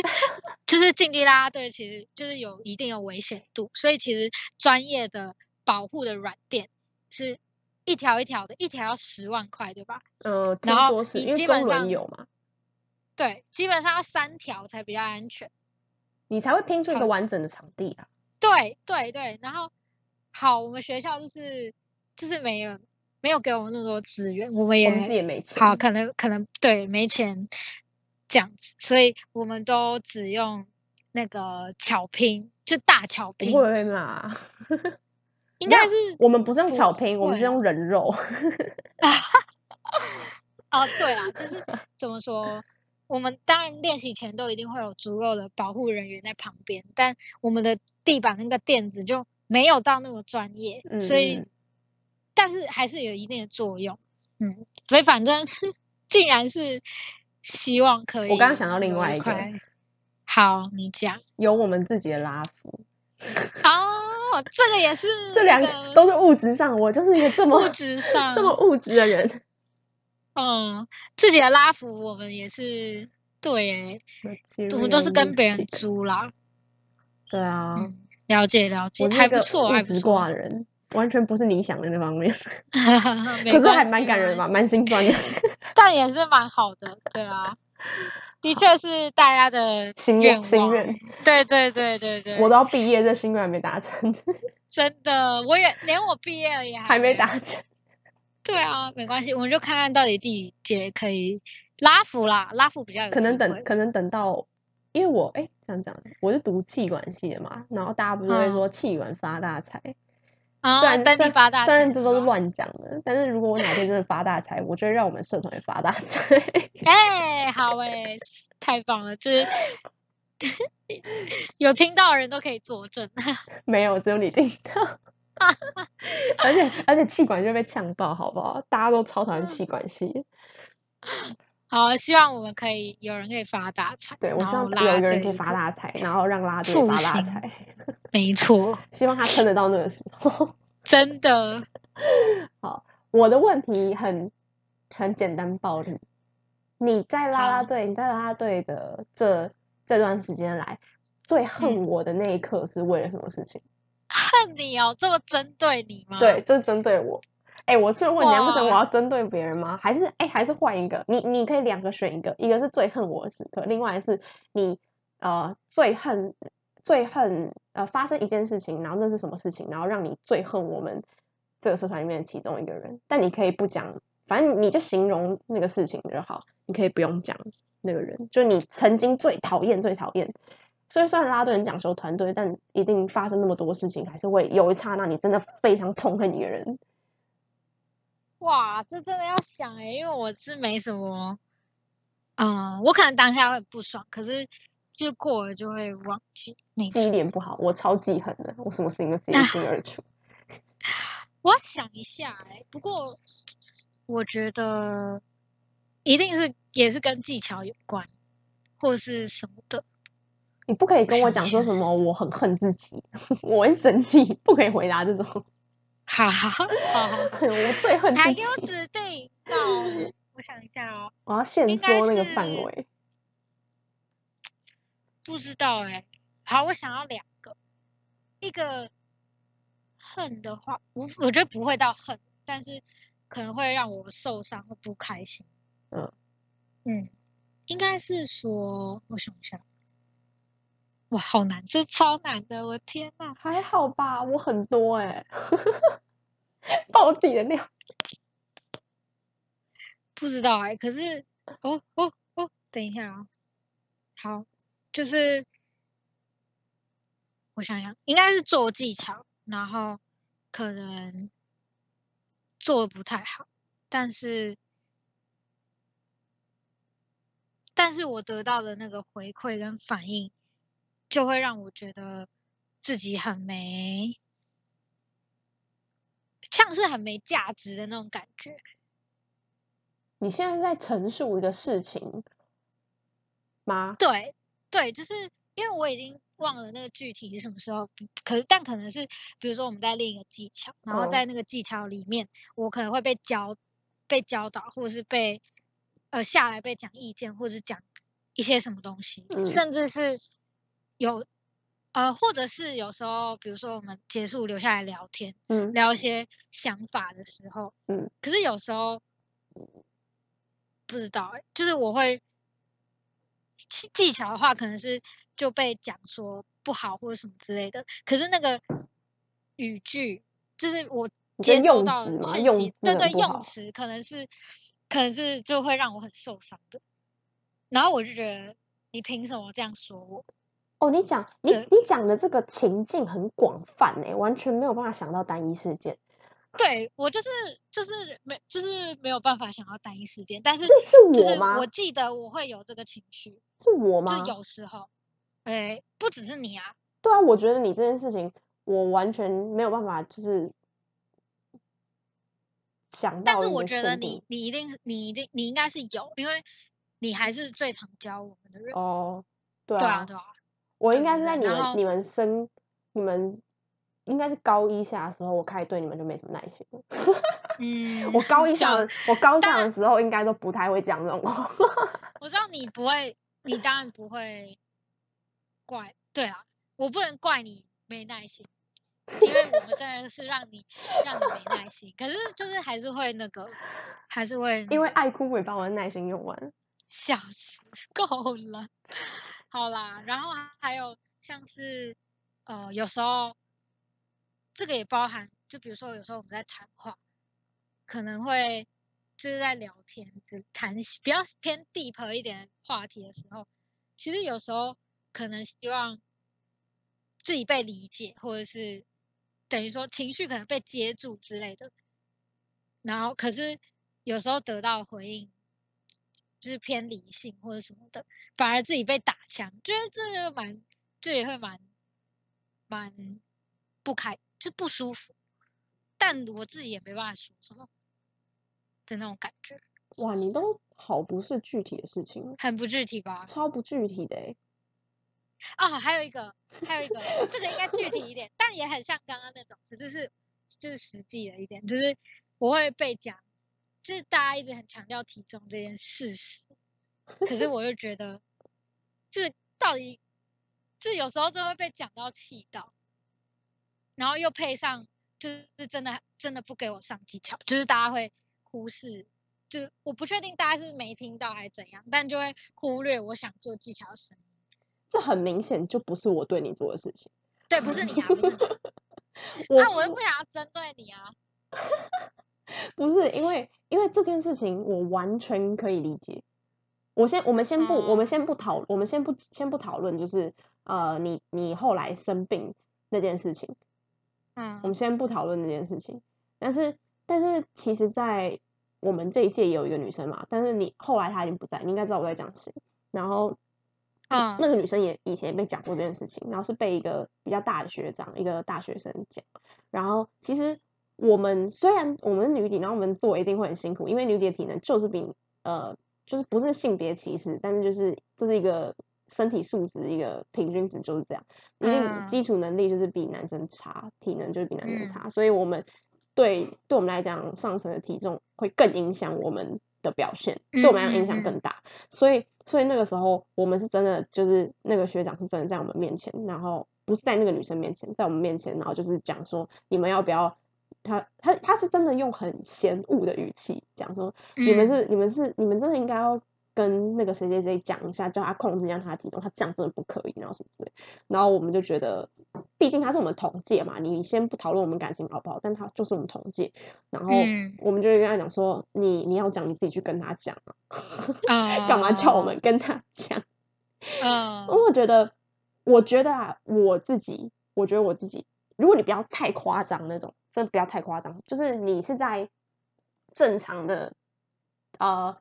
就是竞技啦啦队其实就是有一定有危险度，所以其实专业的保护的软垫是一条一条的，一条要十万块，对吧？
呃，听
然后
说是
你
因为
基
中
本
文
上
有嘛，
对，基本上要三条才比较安全。
你才会拼出一个
好
完整的场地啊。
对对对，然后好，我们学校就是就是没有没有给我们那么多资源，我们
我们自己
也
也没钱。
好，可能可能对没钱这样子，所以我们都只用那个巧拼，就大巧
不
拼，
会啦，
应
没有
该是
我们不是用
不
巧拼，我们是
会
用人肉。
哦，对啦，就是怎么说，我们当然练习前都一定会有足够的保护人员在旁边，但我们的地板那个垫子就没有到那么专业，所
嗯
以
嗯
但是还是有一定的作用，嗯，所以反正竟然是希望可以。
我刚刚想到另外一个，
好，你讲。
有我们自己的拉夫，
哦，这个也是
这两
个
个都是物质上，我就是一个这么
物 质上
这么物质的人。
嗯，自己的拉幅我们也是对耶，我们都是跟别人
Materialistic
租啦。
对啊，
嗯，了解了解
我，是
还
一个
不错，
物
还不
质
错
挂。的人，完全不是你想的那方面。
可
可是还蛮感人的吧，蛮心 酸的。
但也是蛮好的，对啊，的确是大家的
心
愿
愿，
望，
心愿，
对对对对对，
我都要毕业，这心愿还没 达成，
真的，我也连我毕业了也
还没
有
达成。
对啊，没关系，我们就看看到底第几届可以拉幅啦，拉幅比较有
可能
机
等，
会
可能等到，因为我哎，这样讲，我是读气管系的嘛，然后大家不是会说气管发大财，虽
嗯啊，
然
等
虽
你
然
发大啊
虽然
财
这
是
都是
吧
乱讲的，但是如果我哪天真的发大财，我就会让我们社团也发大财。
哎、好哎、太棒了！这 有听到的人都可以作证。
没有，只有你听到。而且而且气管就被呛爆，好不好？大家都超讨厌气管系。
好，希望我们可以有人可以发大财，
对，我
然
希望
后
有
拉
一个人
队
可以发，大财，然后让拉队
复
发大
兴
财。
没错，
希望他撑得到那个时候。
真的。
我的问题很很简单暴力。你在啦啦
好
队，你在啦啦队的这这段时间来，最
嗯
恨我的那一刻是为了什么事情？
恨你哦，这么针对你吗？
对，，就是针对我。哎、我这个问题难不成我
哇
要针对别人吗？还是哎、还是换一个？你你可以两个选一个，一个是最恨我的时刻，另外是你呃最恨最恨呃发生一件事情，然后那是什么事情，然后让你最恨我们这个社团里面的其中一个人。但你可以不讲，反正你就形容那个事情就好，你可以不用讲那个人，就你曾经最讨厌最讨厌。所以虽然拉队很讲求团队，但一定发生那么多事情，还是会有一刹那你真的非常痛恨一个人。
哇，这真的要想哎、因为我是没什么，嗯，我可能当下会很不爽，可是就过了就会忘记。没
记忆
错，
点不好，我超记恨的，我什么事情都自己一清二楚。
我要想一下哎、不过我觉得一定是也是跟技巧有关，或是什么的。
你不可以跟我
想
讲
一
说
下
什么我很恨自己，我很生气，不可以回答这种。
哈哈哈，好好 好，
我最恨自
还
己
给，我指定。那我我想一下哦，
我要限
应该
缩那个范
是
围。
不知道哎、好，我想要两个，一个恨的话，我我觉得不会到恨，但是可能会让我受伤或不开心。
嗯
嗯，应该是说，我想一下，哇，好难，这超难的，我天呐！
还好吧，我很多哎、 爆底的料。
不知道哎、可是哦哦哦，等一下啊，好，就是我想想，应该是做技巧，然后可能做的不太好，但是但是我得到的那个回馈跟反应，就会让我觉得自己很没，像是很没价值的那种感觉。
你现在在陈述一个事情吗？
对对，就是因为我已经忘了那个具体是什么时候，可是但可能是比如说我们在练一个技巧，然后
嗯
在那个技巧里面，我可能会被教、被教导，或者是被呃下来被讲意见，或者是讲一些什么东西，
嗯
甚至是有呃，或者是有时候比如说我们结束留下来聊天，
嗯，
聊一些想法的时候，
嗯，
可是有时候不知道、欸，就是我会技技巧的话，可能是就被讲说不好或者什么之类的，可是那个语句就是我
你的
接收
用
到
词
的
吗
讯
用
息
词，
对
很
对，
不好
用词可能是可能是就会让我很受伤的，然后我就觉得你凭什么这样说我？
哦，你讲你
对
你讲的这个情境很广泛哎、完全没有办法想到单一事件。
对我就是就是没就是没有办法想要单一事件，但是
是
就
我
是
吗？
我记得我会有这个情绪，
是我吗？
就有时候，诶、不只是你啊，
对啊，我觉得你这件事情，我完全没有办法，就是想到
但是
你
我
的
觉得
速度
你你一定你一定你应该是有，因为你还是最常教我们的人。
哦，对
对啊，对啊，
我
对
应该是
对
在
对
你
然
们
后
你们升你们应该是高一下的时候，我开始对你们就没什么耐心了。
嗯，
我 高一
小
上的我高
当
上
然
的时候应该都不太会讲这种话。
我知道你不会，你当然不会怪。对啊，我不能怪你没耐心，因为我们真的是让你让你没耐心。可是就是还是会那个，还是会那
因为
个
爱哭鬼把我的耐心用完。
笑死，够了。好啦，然后还有像是呃，有时候这个也包含，就比如说有时候我们在谈话，可能会就是在聊天，只谈比较偏 deep 一点的话题的时候，其实有时候可能希望自己被理解，或者是等于说情绪可能被接住之类的。然后可是有时候得到回应就是偏理性或者什么的，反而自己被打枪，觉得这就蛮，这也会蛮蛮不开，就不舒服。但我自己也没办法说什么的那种感觉，
哇，你都好不是具体的事情哦，
很不具体吧？
超不具体的欸
啊，还有一个，还有一个，这个应该具体一点，但也很像刚刚那种，只是是就是实际的一点，就是我会被讲，就是大家一直很强调体重这件事实，可是我又觉得这到底这有时候真的会被讲到气到，然后又配上就是真的真的不给我上技巧，就是大家会忽视。就我不确定大家是不是没听到还是怎样，但就会忽略我想做技巧的声音。
这很明显就不是我对你做的事情。
对，不是你啊，不是你。
我
那我又不想要针对你啊。
不是因为因为这件事情，我完全可以理解。我先，我们先不，我们先不讨，我们先不先不讨论，就是呃，你你后来生病那件事情，我
嗯
们先不讨论这件事情。但是但是，其实，在我们这一届也有一个女生嘛，但是你后来她已经不在，你应该知道我在讲谁。然后
嗯
那个女生也以前也被讲过这件事情，然后是被一个比较大的学长，一个大学生讲。然后其实我们虽然我们是女底，然后我们做一定会很辛苦，因为女底的体能就是比你呃就是不是性别歧视，但是就是这是一个身体素质一个平均值就是这样，一定
嗯
基础能力就是比男生差，体能就是比男生差，所以我们对对我们来讲上层的体重会更影响我们的表现，对我们来讲影响更大，所以所以那个时候我们是真的就是那个学长是真的在我们面前，然后不是在那个女生面前，在我们面前，然后就是讲说你们要不要。他他他是真的用很嫌恶的语气讲说，你们
嗯
是你们是你们真的应该要跟那个谁谁谁讲一下，叫他控制一下他的体重，他这样真的不可以，然后什么之类。然后我们就觉得，毕竟他是我们同届嘛，你先不讨论我们感情好不好，但他就是我们同届，然后
嗯
我们就跟他讲说，你你要讲你自己去跟他讲啊，
啊
干嘛叫我们？跟他讲？
嗯
我觉得，我觉得啊，我自己，我觉得我自己，如果你不要太夸张那种，真的不要太夸张，就是你是在正常的，呃，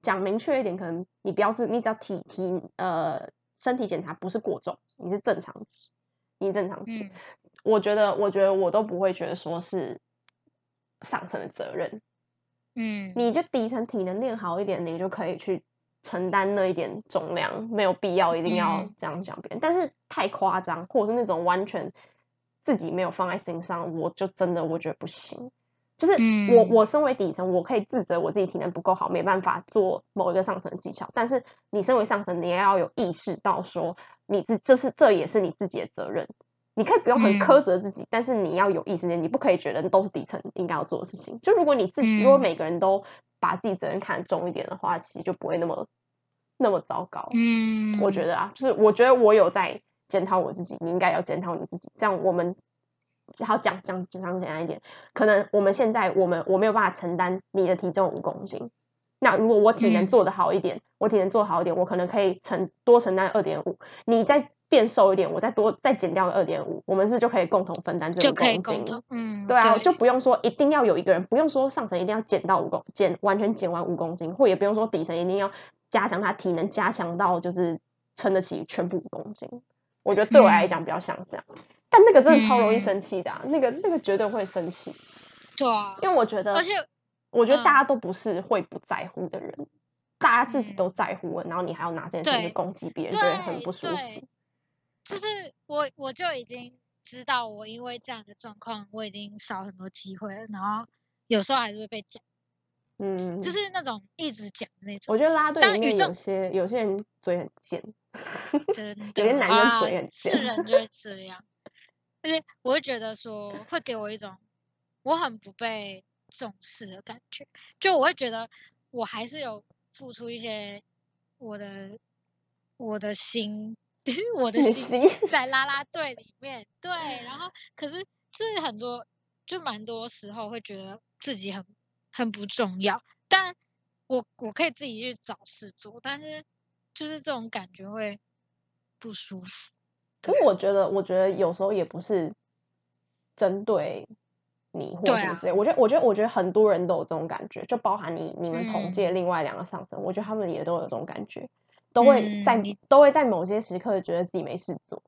讲明确一点，可能你不要是，你只要体体呃身体检查不是过重，你是正常值，你是正常值，
嗯
我觉得，我觉得我都不会觉得说是上层的责任，
嗯
你就底层体能练好一点，你就可以去承担那一点重量，没有必要一定要
嗯
这样讲别人。但是太夸张，或者是那种完全自己没有放在心上，我就真的我觉得不行。就是我
嗯
我身为底层，我可以自责我自己体能不够好，没办法做某一个上层的技巧。但是你身为上层，你也要有意识到说，你自这是这也是你自己的责任。你可以不用很
嗯
苛责自己，但是你要有意识你不可以觉得都是底层应该要做的事情。就如果你自己，如果
嗯
每个人都把自己责任看重一点的话，其实就不会那么那么糟糕。
嗯，
我觉得啊，就是我觉得我有在检讨我自己，你应该要检讨你自己。这样我们好讲讲讲讲简单一点，可能我们现在我们我没有办法承担你的体重五公斤。那如果我体能
嗯
做得好一点，我体能做好一点，我可能可以承多承担二点五，你再变瘦一点，我再多再减掉二点五，我们是就可以共同分担这
就
五
可以
公
共
斤。
同。嗯，
对啊，就不用说一定要有一个人，不用说上层一定要减到五公减完全减完五公斤，或也不用说底层一定要加强他体能，加强到就是撑得起全部五公斤。我觉得对我来讲比较像这样，但那个真的超容易
嗯
生气的、啊，那个那个绝对会生气，
对啊，
因为我觉得
而且
我觉得
嗯
大家都不是会不在乎的人，大家自己
嗯
都在乎了，然后你还要拿这件事情
对
去攻击别人，
对
就会很不舒
对
服。
就是我我就已经知道，我因为这样的状况，我已经少很多机会了，然后有时候还是会被讲，
嗯，
就是那种一直讲的那种，
我觉得啦啦队
当
里
宇
面
宙
有些有些人嘴很贱，
真的
些男人嘴
啊
很
是
贱
人就会这样，而且我会觉得说会给我一种我很不被重视的感觉，就我会觉得我还是有付出一些我的我的心， 我的
你
心
心
在啦啦队里面，对，然
嗯
后可是就是很多就蛮多时候会觉得自己很很不重要，但我我可以自己去找事做，但是就是这种感觉会不舒服。
可是我觉得，我觉得有时候也不是针对你或
对
什么
啊
之类。我觉得，我觉得，我觉得很多人都有这种感觉，就包含你你们同
嗯
届另外两个上升，我觉得他们也都有这种感觉，都会在、
嗯你
都会在某些时刻觉得自己没事做。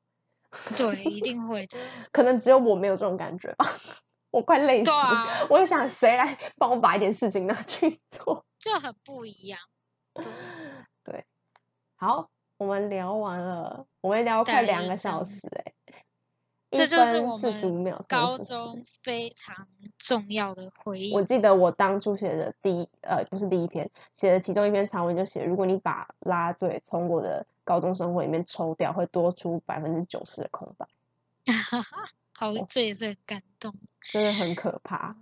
对，一定会 就是
可能只有我没有这种感觉吧， 我快累死
对
了。
啊，
我
就
就想
是
谁来帮我把一点事情拿去做。
就很不一样。对
好，我们聊完了，我们聊了快
对
两
就
个
是
小
这
时哎、
这就是我
四十五
们
秒，
高
30
中非常重要的回忆
我，记得我当初写的第一，呃，不是第一篇，写的其中一篇长文就写，如果你把拉队从我的高中生活里面抽掉，会多出百分之九十的空白，
好，这也是很感动。
真的很可怕。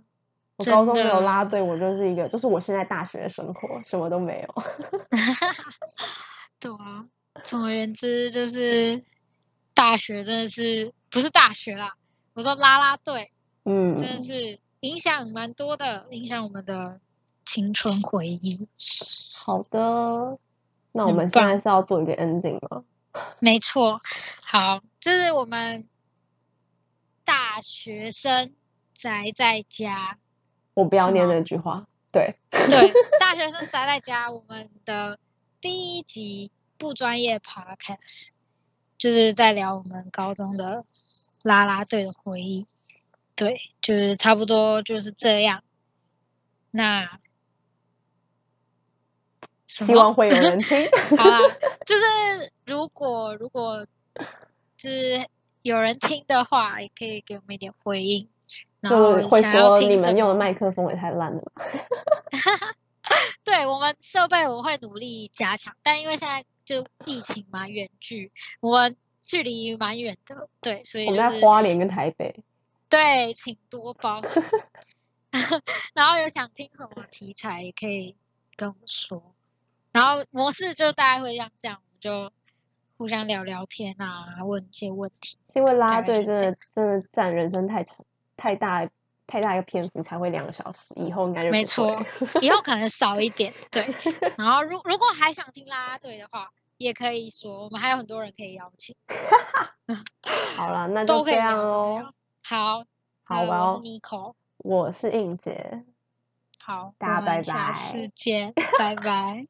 我
真
高中没有
的
拉队，我就是一个，就是我现在大学的生活什么都没有。
对啊，总而言之就是大学真的是不是大学啦，我说啦啦队
嗯
真，的是影响蛮多的，影响我们的青春回忆。
好的，那我
很
们现在
棒
是要做一个 ending 吗？
没错，好，这是我们大学生宅在家，
我不要
是
念
吗
那句话，对，
对，大学生宅在家，我们的第一集不专业 podcast，就是在聊我们高中的啦啦队的回忆。对，就是差不多就是这样。那什
希
么？
望会有人听。
好 啦，就是如果如果就是有人听的话，也可以给我们一点回应。 然后
就会
想要
说
听
你
什
们
么？
用的麦克风也太烂了吧，
对我们设备我们会努力加强，但因为现在就疫情嘛，远距，我们距离蛮远的，对，所以
我
就
们在
是
花莲跟台北。
对，请多 包 涵。然后有想听什么题材也可以跟我们说，然后模式就大概会像这样，我们就互相聊聊天啊，问一些问题。
因为啦啦
大概
队真
就是这
的真的占人生太长太大太大一个篇幅才会两个小时，以后应该就
没
不
错
会
以后可能少一点，对。 然后如如果还想听啦啦队的话，也可以说，我们还有很多人可以邀请，
好了，那
都
就
可
这
以
样
聊。都可以
喽
聊。好，
好
呃
吧
啊
哦
我是 Nico，
我是应杰，
好，
大家
我
拜
们下
拜
次见，拜拜。